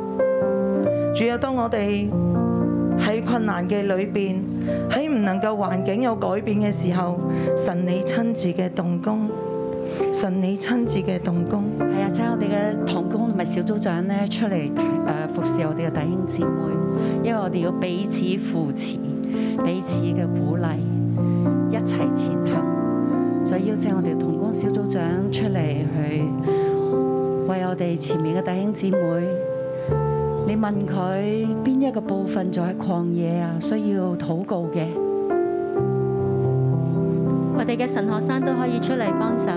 Speaker 5: 主啊，當我哋喺困難嘅裏邊，喺唔能夠環境有改變嘅時候，神你親自嘅動工，神你親自嘅動工。
Speaker 6: 係啊，請我哋嘅堂工同埋小組長咧出嚟誒服侍我哋嘅弟兄姊妹，因為我哋要彼此扶持、彼此嘅鼓勵，一齊前行。所以邀請我哋同工小組長出嚟去為我哋前面嘅弟兄姊妹。你問佢邊一個部分仲喺曠野啊？需要禱告嘅，
Speaker 7: 我哋嘅神學生都可以出嚟幫手。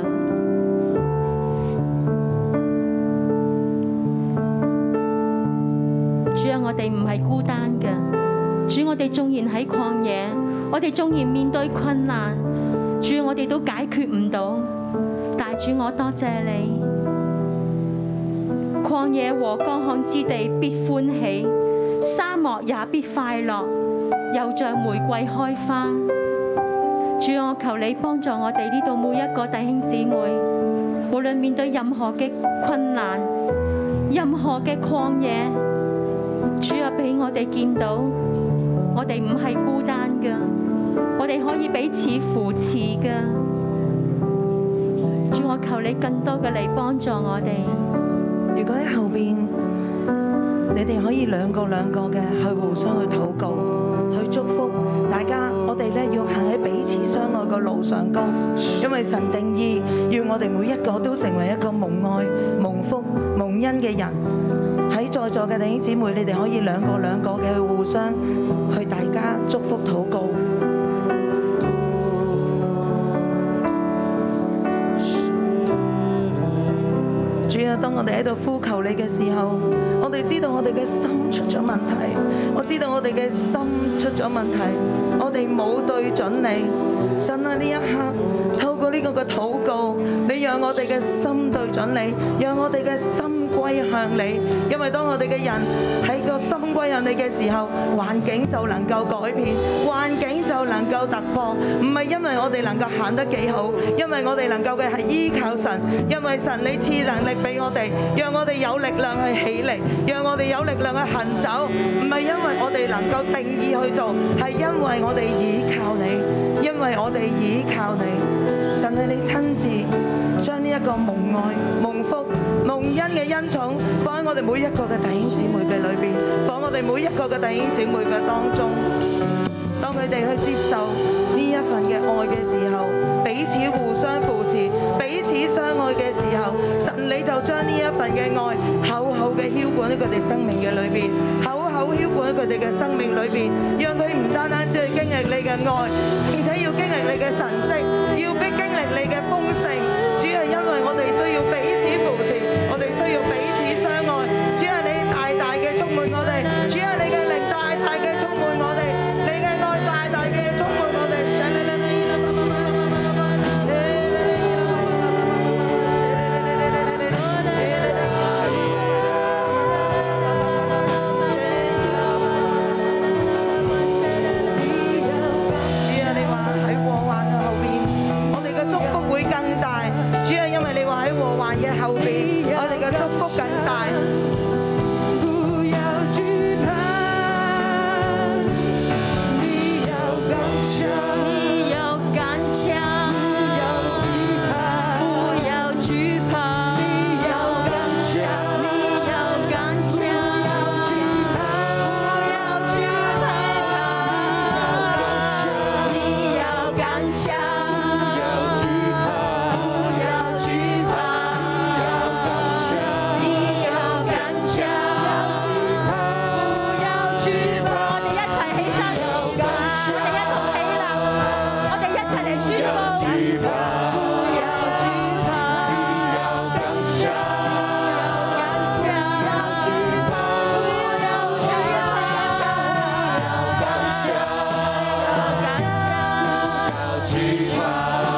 Speaker 7: 主啊，我哋唔係孤單嘅。主，我哋縱然喺曠野，我哋縱然面對困難，主，我哋都解決唔到。但
Speaker 4: 主，我多謝你。曠野和乾旱之地必歡喜，沙漠也必快樂，又像玫瑰開花。主，我求你幫助我哋呢度每一個弟兄姊妹，無論面對任何嘅困難、任何嘅曠野，主啊，俾我哋見到，我哋唔係孤單嘅，我哋可以彼此扶持嘅。主，我求你更多嘅嚟幫助我哋。
Speaker 5: 如果喺後邊，你哋可以兩個兩個嘅去互相去禱告，去祝福大家。我哋咧要行喺彼此相愛嘅路上高，因為神定義要我哋每一個都成為一個蒙愛、蒙福、蒙恩嘅人。喺在座嘅弟兄姊妹，你哋可以兩個兩個嘅去互相去大家祝福禱告。主啊，當我哋喺度呼求你嘅時候，我哋知道我哋嘅心出咗問題，我知道我哋嘅心出咗問題，我哋冇對準你。神啊，呢一刻透過呢個嘅禱告，你讓我哋嘅心對準你，讓我哋嘅心歸向你。因為當我哋嘅人喺個心歸向你嘅時候，環境就能夠改變，環境就能夠突破。唔係因為我哋能夠行得幾好，因為我哋能夠嘅係依靠神，因為神你賜能力俾我哋，讓我哋有力量去起嚟，讓我哋有力量去行走。唔係因為我哋能夠定義去做，係因為我哋倚靠你，因為我哋倚靠你。神啊，你親自將呢一個蒙愛、蒙福、蒙恩嘅恩寵放喺我哋每一個嘅弟兄姊妹嘅裏邊，放喺我哋每一個嘅弟兄姊妹嘅當中。當佢哋去接受呢一份嘅愛嘅時候，彼此互相扶持，彼此相愛嘅時候，神你就將呢一份嘅愛厚厚嘅澆灌喺佢哋生命嘅裏邊，厚厚澆灌喺佢哋嘅生命裏邊，讓佢唔單單只係經歷你嘅愛，而且要經歷你嘅神蹟，要必經歷你嘅豐盛。主要因為我哋需要彼此扶持，我哋需要彼此相愛。主要你大大嘅充滿我哋，主要你嘅力大大嘅充滿我哋，你嘅愛大大嘅充滿我哋。主啊，你話喺禍患嘅後邊，我哋嘅祝福會更大。主啊，因為你話喺禍患嘅後邊，我哋嘅祝福更大。
Speaker 8: 不要惧怕，你要刚强，
Speaker 4: 你要敢强，不要惧怕，
Speaker 8: 你要刚强，
Speaker 4: 你要敢强，不要惧怕，你要敢强，不要惧怕，你要敢强，不要惧怕。我哋一齊起身，我哋一同起立，我哋一齊嚟宣佈。不要惧怕，要敢强，要强，要惧怕，不要惧怕，要敢强，要敢强，要惧怕，要惧怕，要敢强，要敢强，要惧怕，要惧怕，要敢强，要敢强，要惧怕，要惧怕。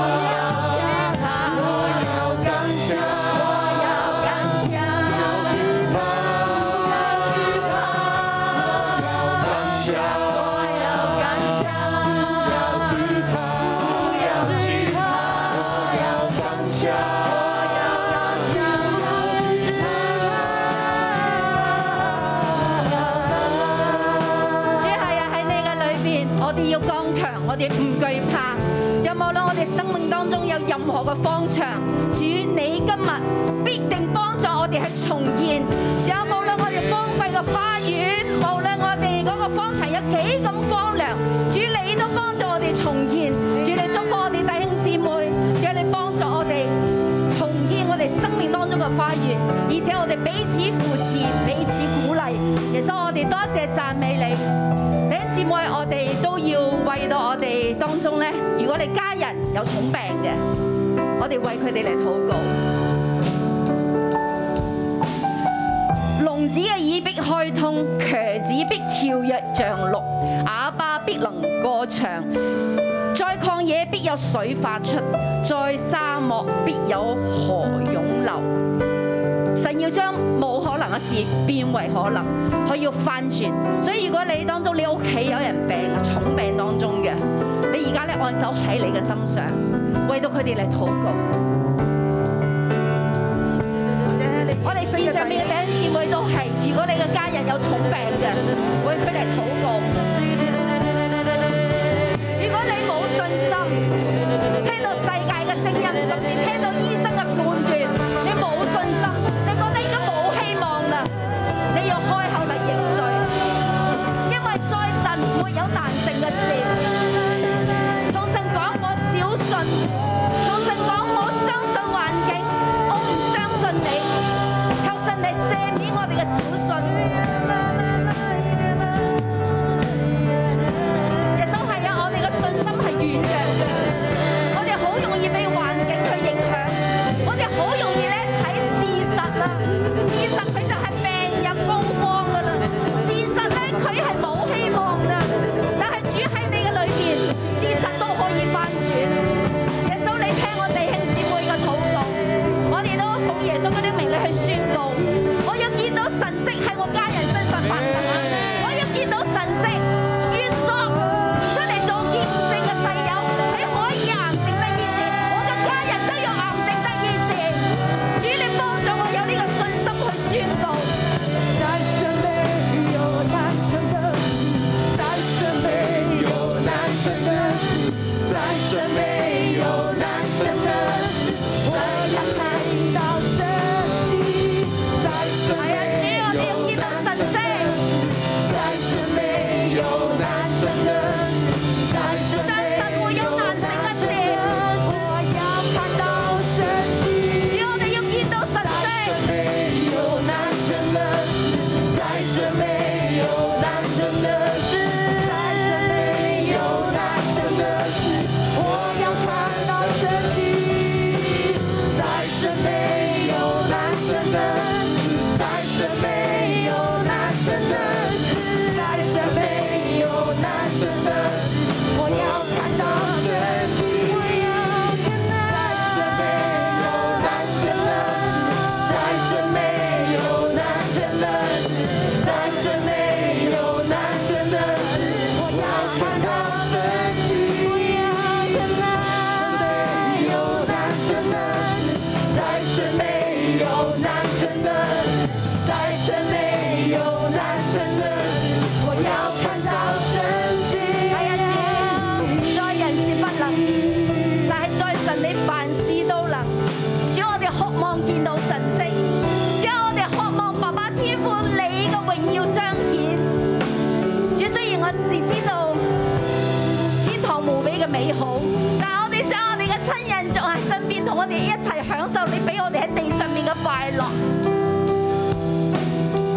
Speaker 9: 主係啊，喺你嘅裏邊，我哋要剛強，我哋唔懼怕。就無論我哋生命當中有任何嘅方向，主你今日必定幫助我哋去重建。仲有無論我哋荒廢嘅花園，無論我哋嗰個荒場有幾咁荒涼，主你都幫助我哋重建。主你祝福我哋弟兄姊妹，主你幫助我哋重建我哋生命當中嘅花園，而且我哋彼此扶持，彼此鼓勵。耶穌，我哋多謝讚美你。弟兄姊妹，我哋都要為到我哋當中咧，如果你家人有重病嘅，我哋為佢哋嚟禱告。聾子嘅耳必開通，瘸子必跳躍像鹿，啞巴必能歌唱。在曠野野必有水發出，在沙漠必有河湧流。神要將冇可能嘅事變為可能，佢要翻轉。所以如果你當中你屋企有人病啊，重病當中嘅，你而家咧按手喺你嘅心上，為到佢哋嚟禱告。我哋線上面嘅弟兄姊妹都係，如果你嘅家人有重病嘅，為佢哋禱告。如果你冇信心，聽到世界嘅聲音，甚至聽到醫生嘅判斷，你冇信心，你覺得已經冇希望啦，你要開口嚟認罪，因為在神沒有難成嘅事。同神講我小信，同神講我相信環境，我唔相信你，求神嚟赦免我哋嘅小信。耶穌係啊，我哋嘅信心係軟弱嘅，我哋好容易俾環境去影響，我哋好容易咧睇事實啦，事實佢就係病入膏肓噶啦，事實咧佢係冇希望噶，但係主喺你嘅裏邊，事實都可以翻轉。耶穌，你聽我弟兄姊妹嘅禱告，我哋都奉耶穌嗰啲名你去宣告，我要見到神蹟喺我家人身上發生，啊我要見到神蹟。越索出嚟做見證嘅細友，你可以癌症得醫治，我嘅家人都要癌症得醫治。主，你幫助我有呢個信心去宣告。
Speaker 4: 在神沒有難成的事，在神沒有難成的事，在神沒有難成的事。我要看到神蹟，在神
Speaker 9: 係啊，主，我哋要見到神跡，
Speaker 4: 在神沒有難成的事，在神
Speaker 9: 將神會
Speaker 4: 沒
Speaker 9: 有
Speaker 4: 有
Speaker 9: 難
Speaker 4: 難
Speaker 9: 成嘅
Speaker 4: 成
Speaker 9: 事
Speaker 4: 的。事。我要看到神蹟。
Speaker 9: 主，我哋要見到神跡，
Speaker 4: 沒有難成的事，在這沒有難成的事，在這沒有難成的事，我要看到神蹟。在這沒有難成的事，在這沒有難成的事，在這沒有難成的事，我要看到神蹟。在這沒有難成的事。在神沒有難成的事，在神沒有難成的事，我要看到神蹟。沒有難成的事，在神沒有難成的事，在神沒有難成的事，我要看到神蹟。
Speaker 9: 係啊，主，在人是不能，但係在神你凡事都能。主，我哋渴望見到神跡，主，我哋渴望爸爸天父你嘅榮耀彰顯。主，雖然我哋知道天堂無比嘅美好，但係我哋想我哋嘅親人仲喺身邊，同我哋一齊享受你俾我哋喺地上面嘅快樂。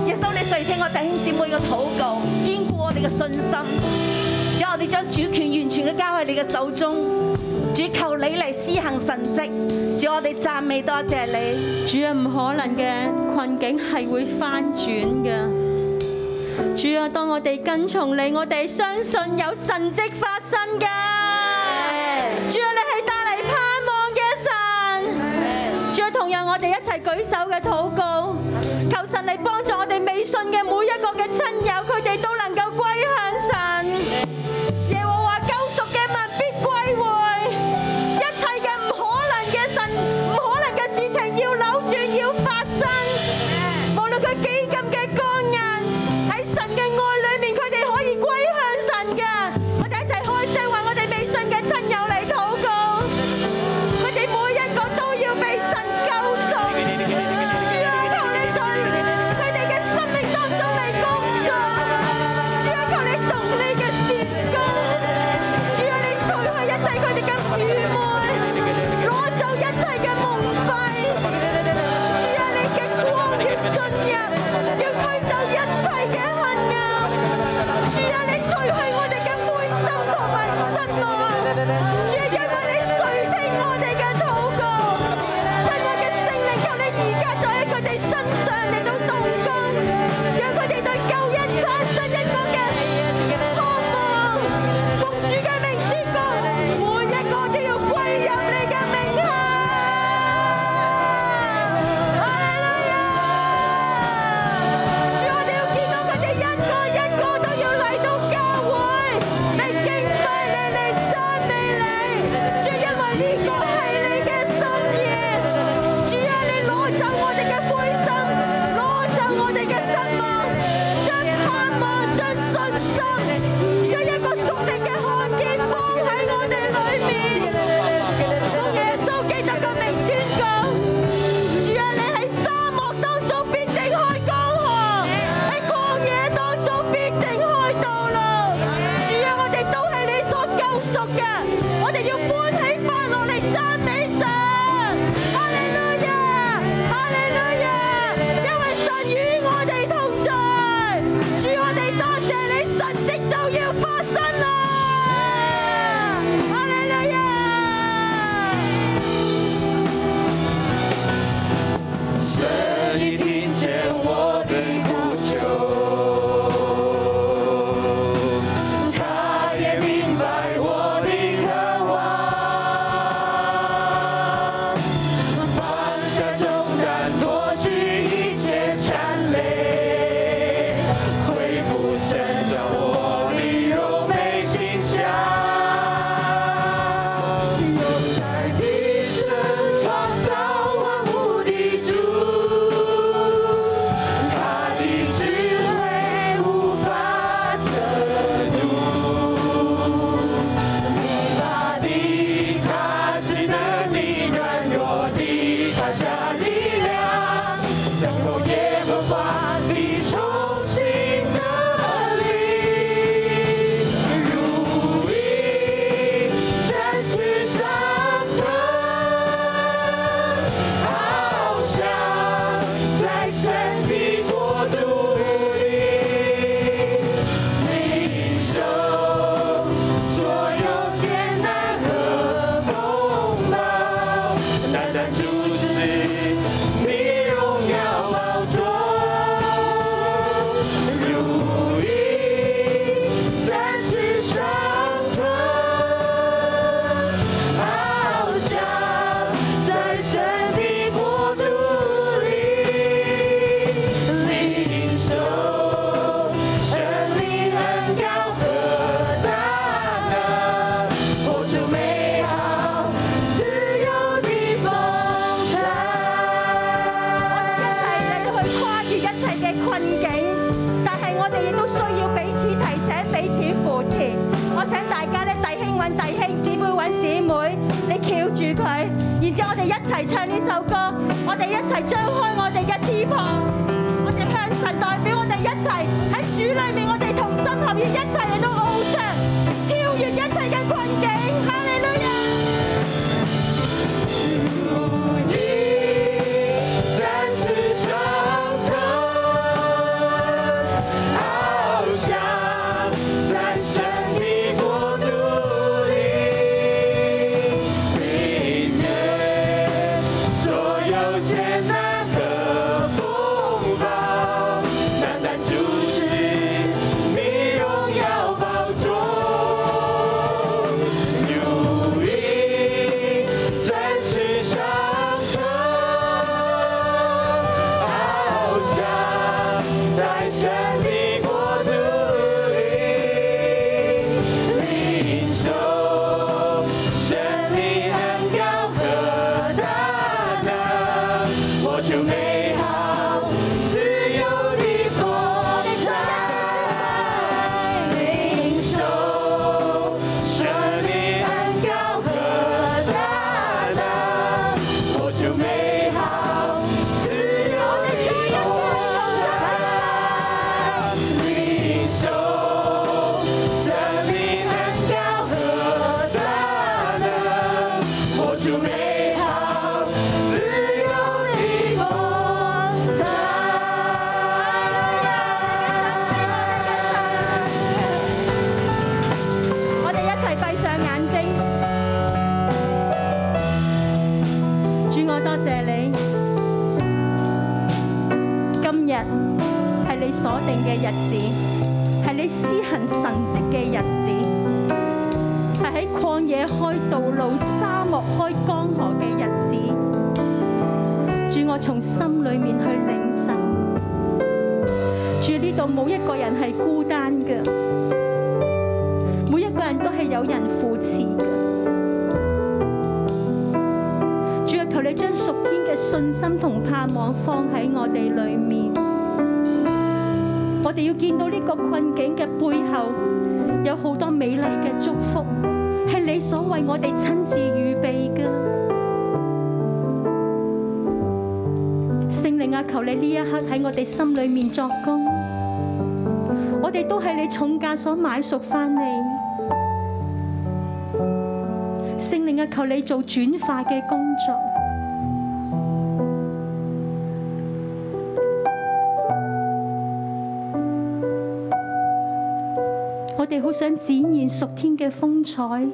Speaker 9: 耶穌，你垂聽我弟兄姊妹嘅禱告，堅固我哋嘅信心。主，我哋將主權完全嘅交喺你嘅手中。主，求你嚟施行神蹟。主，我哋讚美多謝你。
Speaker 10: 主啊，唔可能嘅困境係會翻轉嘅。主啊，當我哋跟從你，我哋相信有神蹟發生嘅。主啊，你係帶嚟盼望嘅神。主啊，同樣我哋一齊舉手嘅禱告，求神嚟幫助我哋未信嘅每一個嘅親友，佢哋都能夠歸向神。耶和華救贖嘅民必歸回，一切嘅唔可能嘅神唔可能嘅事情要扭轉要發生，無論佢幾咁嘅剛硬，喺神嘅愛裏面，佢哋可以歸向神嘅。我哋一齊開聲為我哋未信嘅親友嚟禱告，佢哋每一個都要被神救贖。主啊，求你在佢哋嘅生命當中嚟工作。揾弟兄，姊妹揾姊妹，你翹住佢，然之後我哋一齊唱呢首歌，我哋一齊張開我哋嘅翅膀，我哋向神代表，我哋一齊喺主裏面，我哋同心合意，一齊嚟到翱翔，超越一切嘅困境，哈利路亞！
Speaker 4: 展翅上腾，翱翔在神的国度里，避免所有艰难和风暴，单单就是你荣耀宝座。如鹰展翅上腾，翱翔在神的国度里，领受神的恩膏和大能，我就美好自由的活在，领受。神的恩膏和大能，我就美好自由地活着。领受神的恩膏和大能，我就美好自由地活着。
Speaker 10: 我哋一齊閉上眼睛。主，我多謝你，今日係你所定嘅日子，係你施行神蹟嘅日子，係喺曠野開道路、沙漠開江河嘅日子。主，我從心裏面去領受。主，呢度冇一個人係孤單嘅。每一個人都係有人扶持嘅。主啊，求你將屬天嘅信心同盼望放喺我哋裏面。我哋要見到呢個困境嘅背後，有好多美麗嘅祝福，係你所為我哋親自預備嘅。聖靈啊，求你呢一刻喺我哋心裏面作工。我哋都係你重價所買贖翻嚟。聖靈啊，求你做轉化嘅工作。我哋好想展現屬天嘅風采，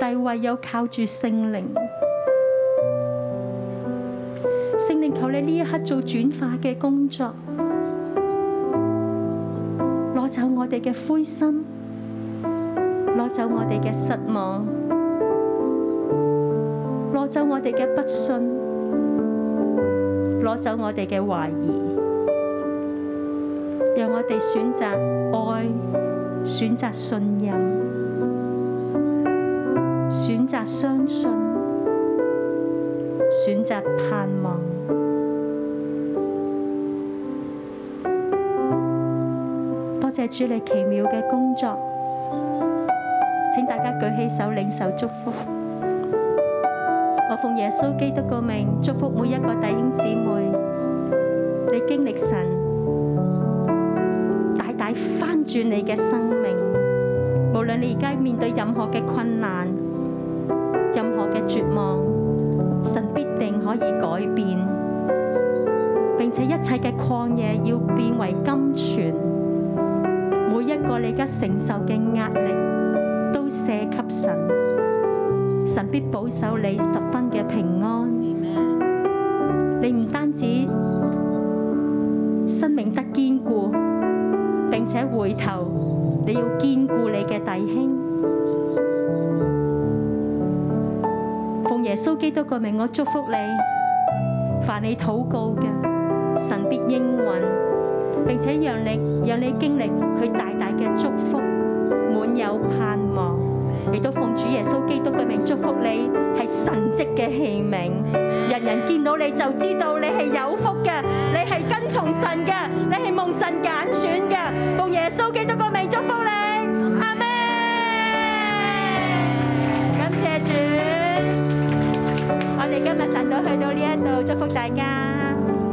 Speaker 10: 但唯有靠住聖靈。聖靈，求你呢一刻做轉化嘅工作。攞走我哋嘅灰心，攞走我哋嘅失望，攞走我哋嘅不信，攞走我哋嘅懷疑，讓我哋選擇愛，選擇信任，選擇相信，選擇盼望。多謝主你奇妙嘅工作，請大家舉起手領受祝福。我奉耶穌基督嘅名祝福每一個弟兄姊妹，你經歷神大大翻轉你嘅生命，無論你而家面對任何嘅困難、任何嘅絕望，神必定可以改變，並且一切嘅曠野要變為金泉。每一個你而家承受嘅壓力都卸給神，神必保守你十分嘅平安。你唔單止生命得堅固，並且回頭，你要堅固你嘅弟兄。奉耶穌基督嘅名，我祝福你。凡你禱告嘅，神必應允。並且讓你讓你經歷佢大大嘅祝福，滿有盼望。亦都奉主耶穌基督嘅名祝福你，係神蹟嘅器皿，人人見到你就知道你係有福嘅，你係跟從神嘅，你係蒙神揀選嘅。奉耶穌基督嘅名祝福你，阿門。祝福大家。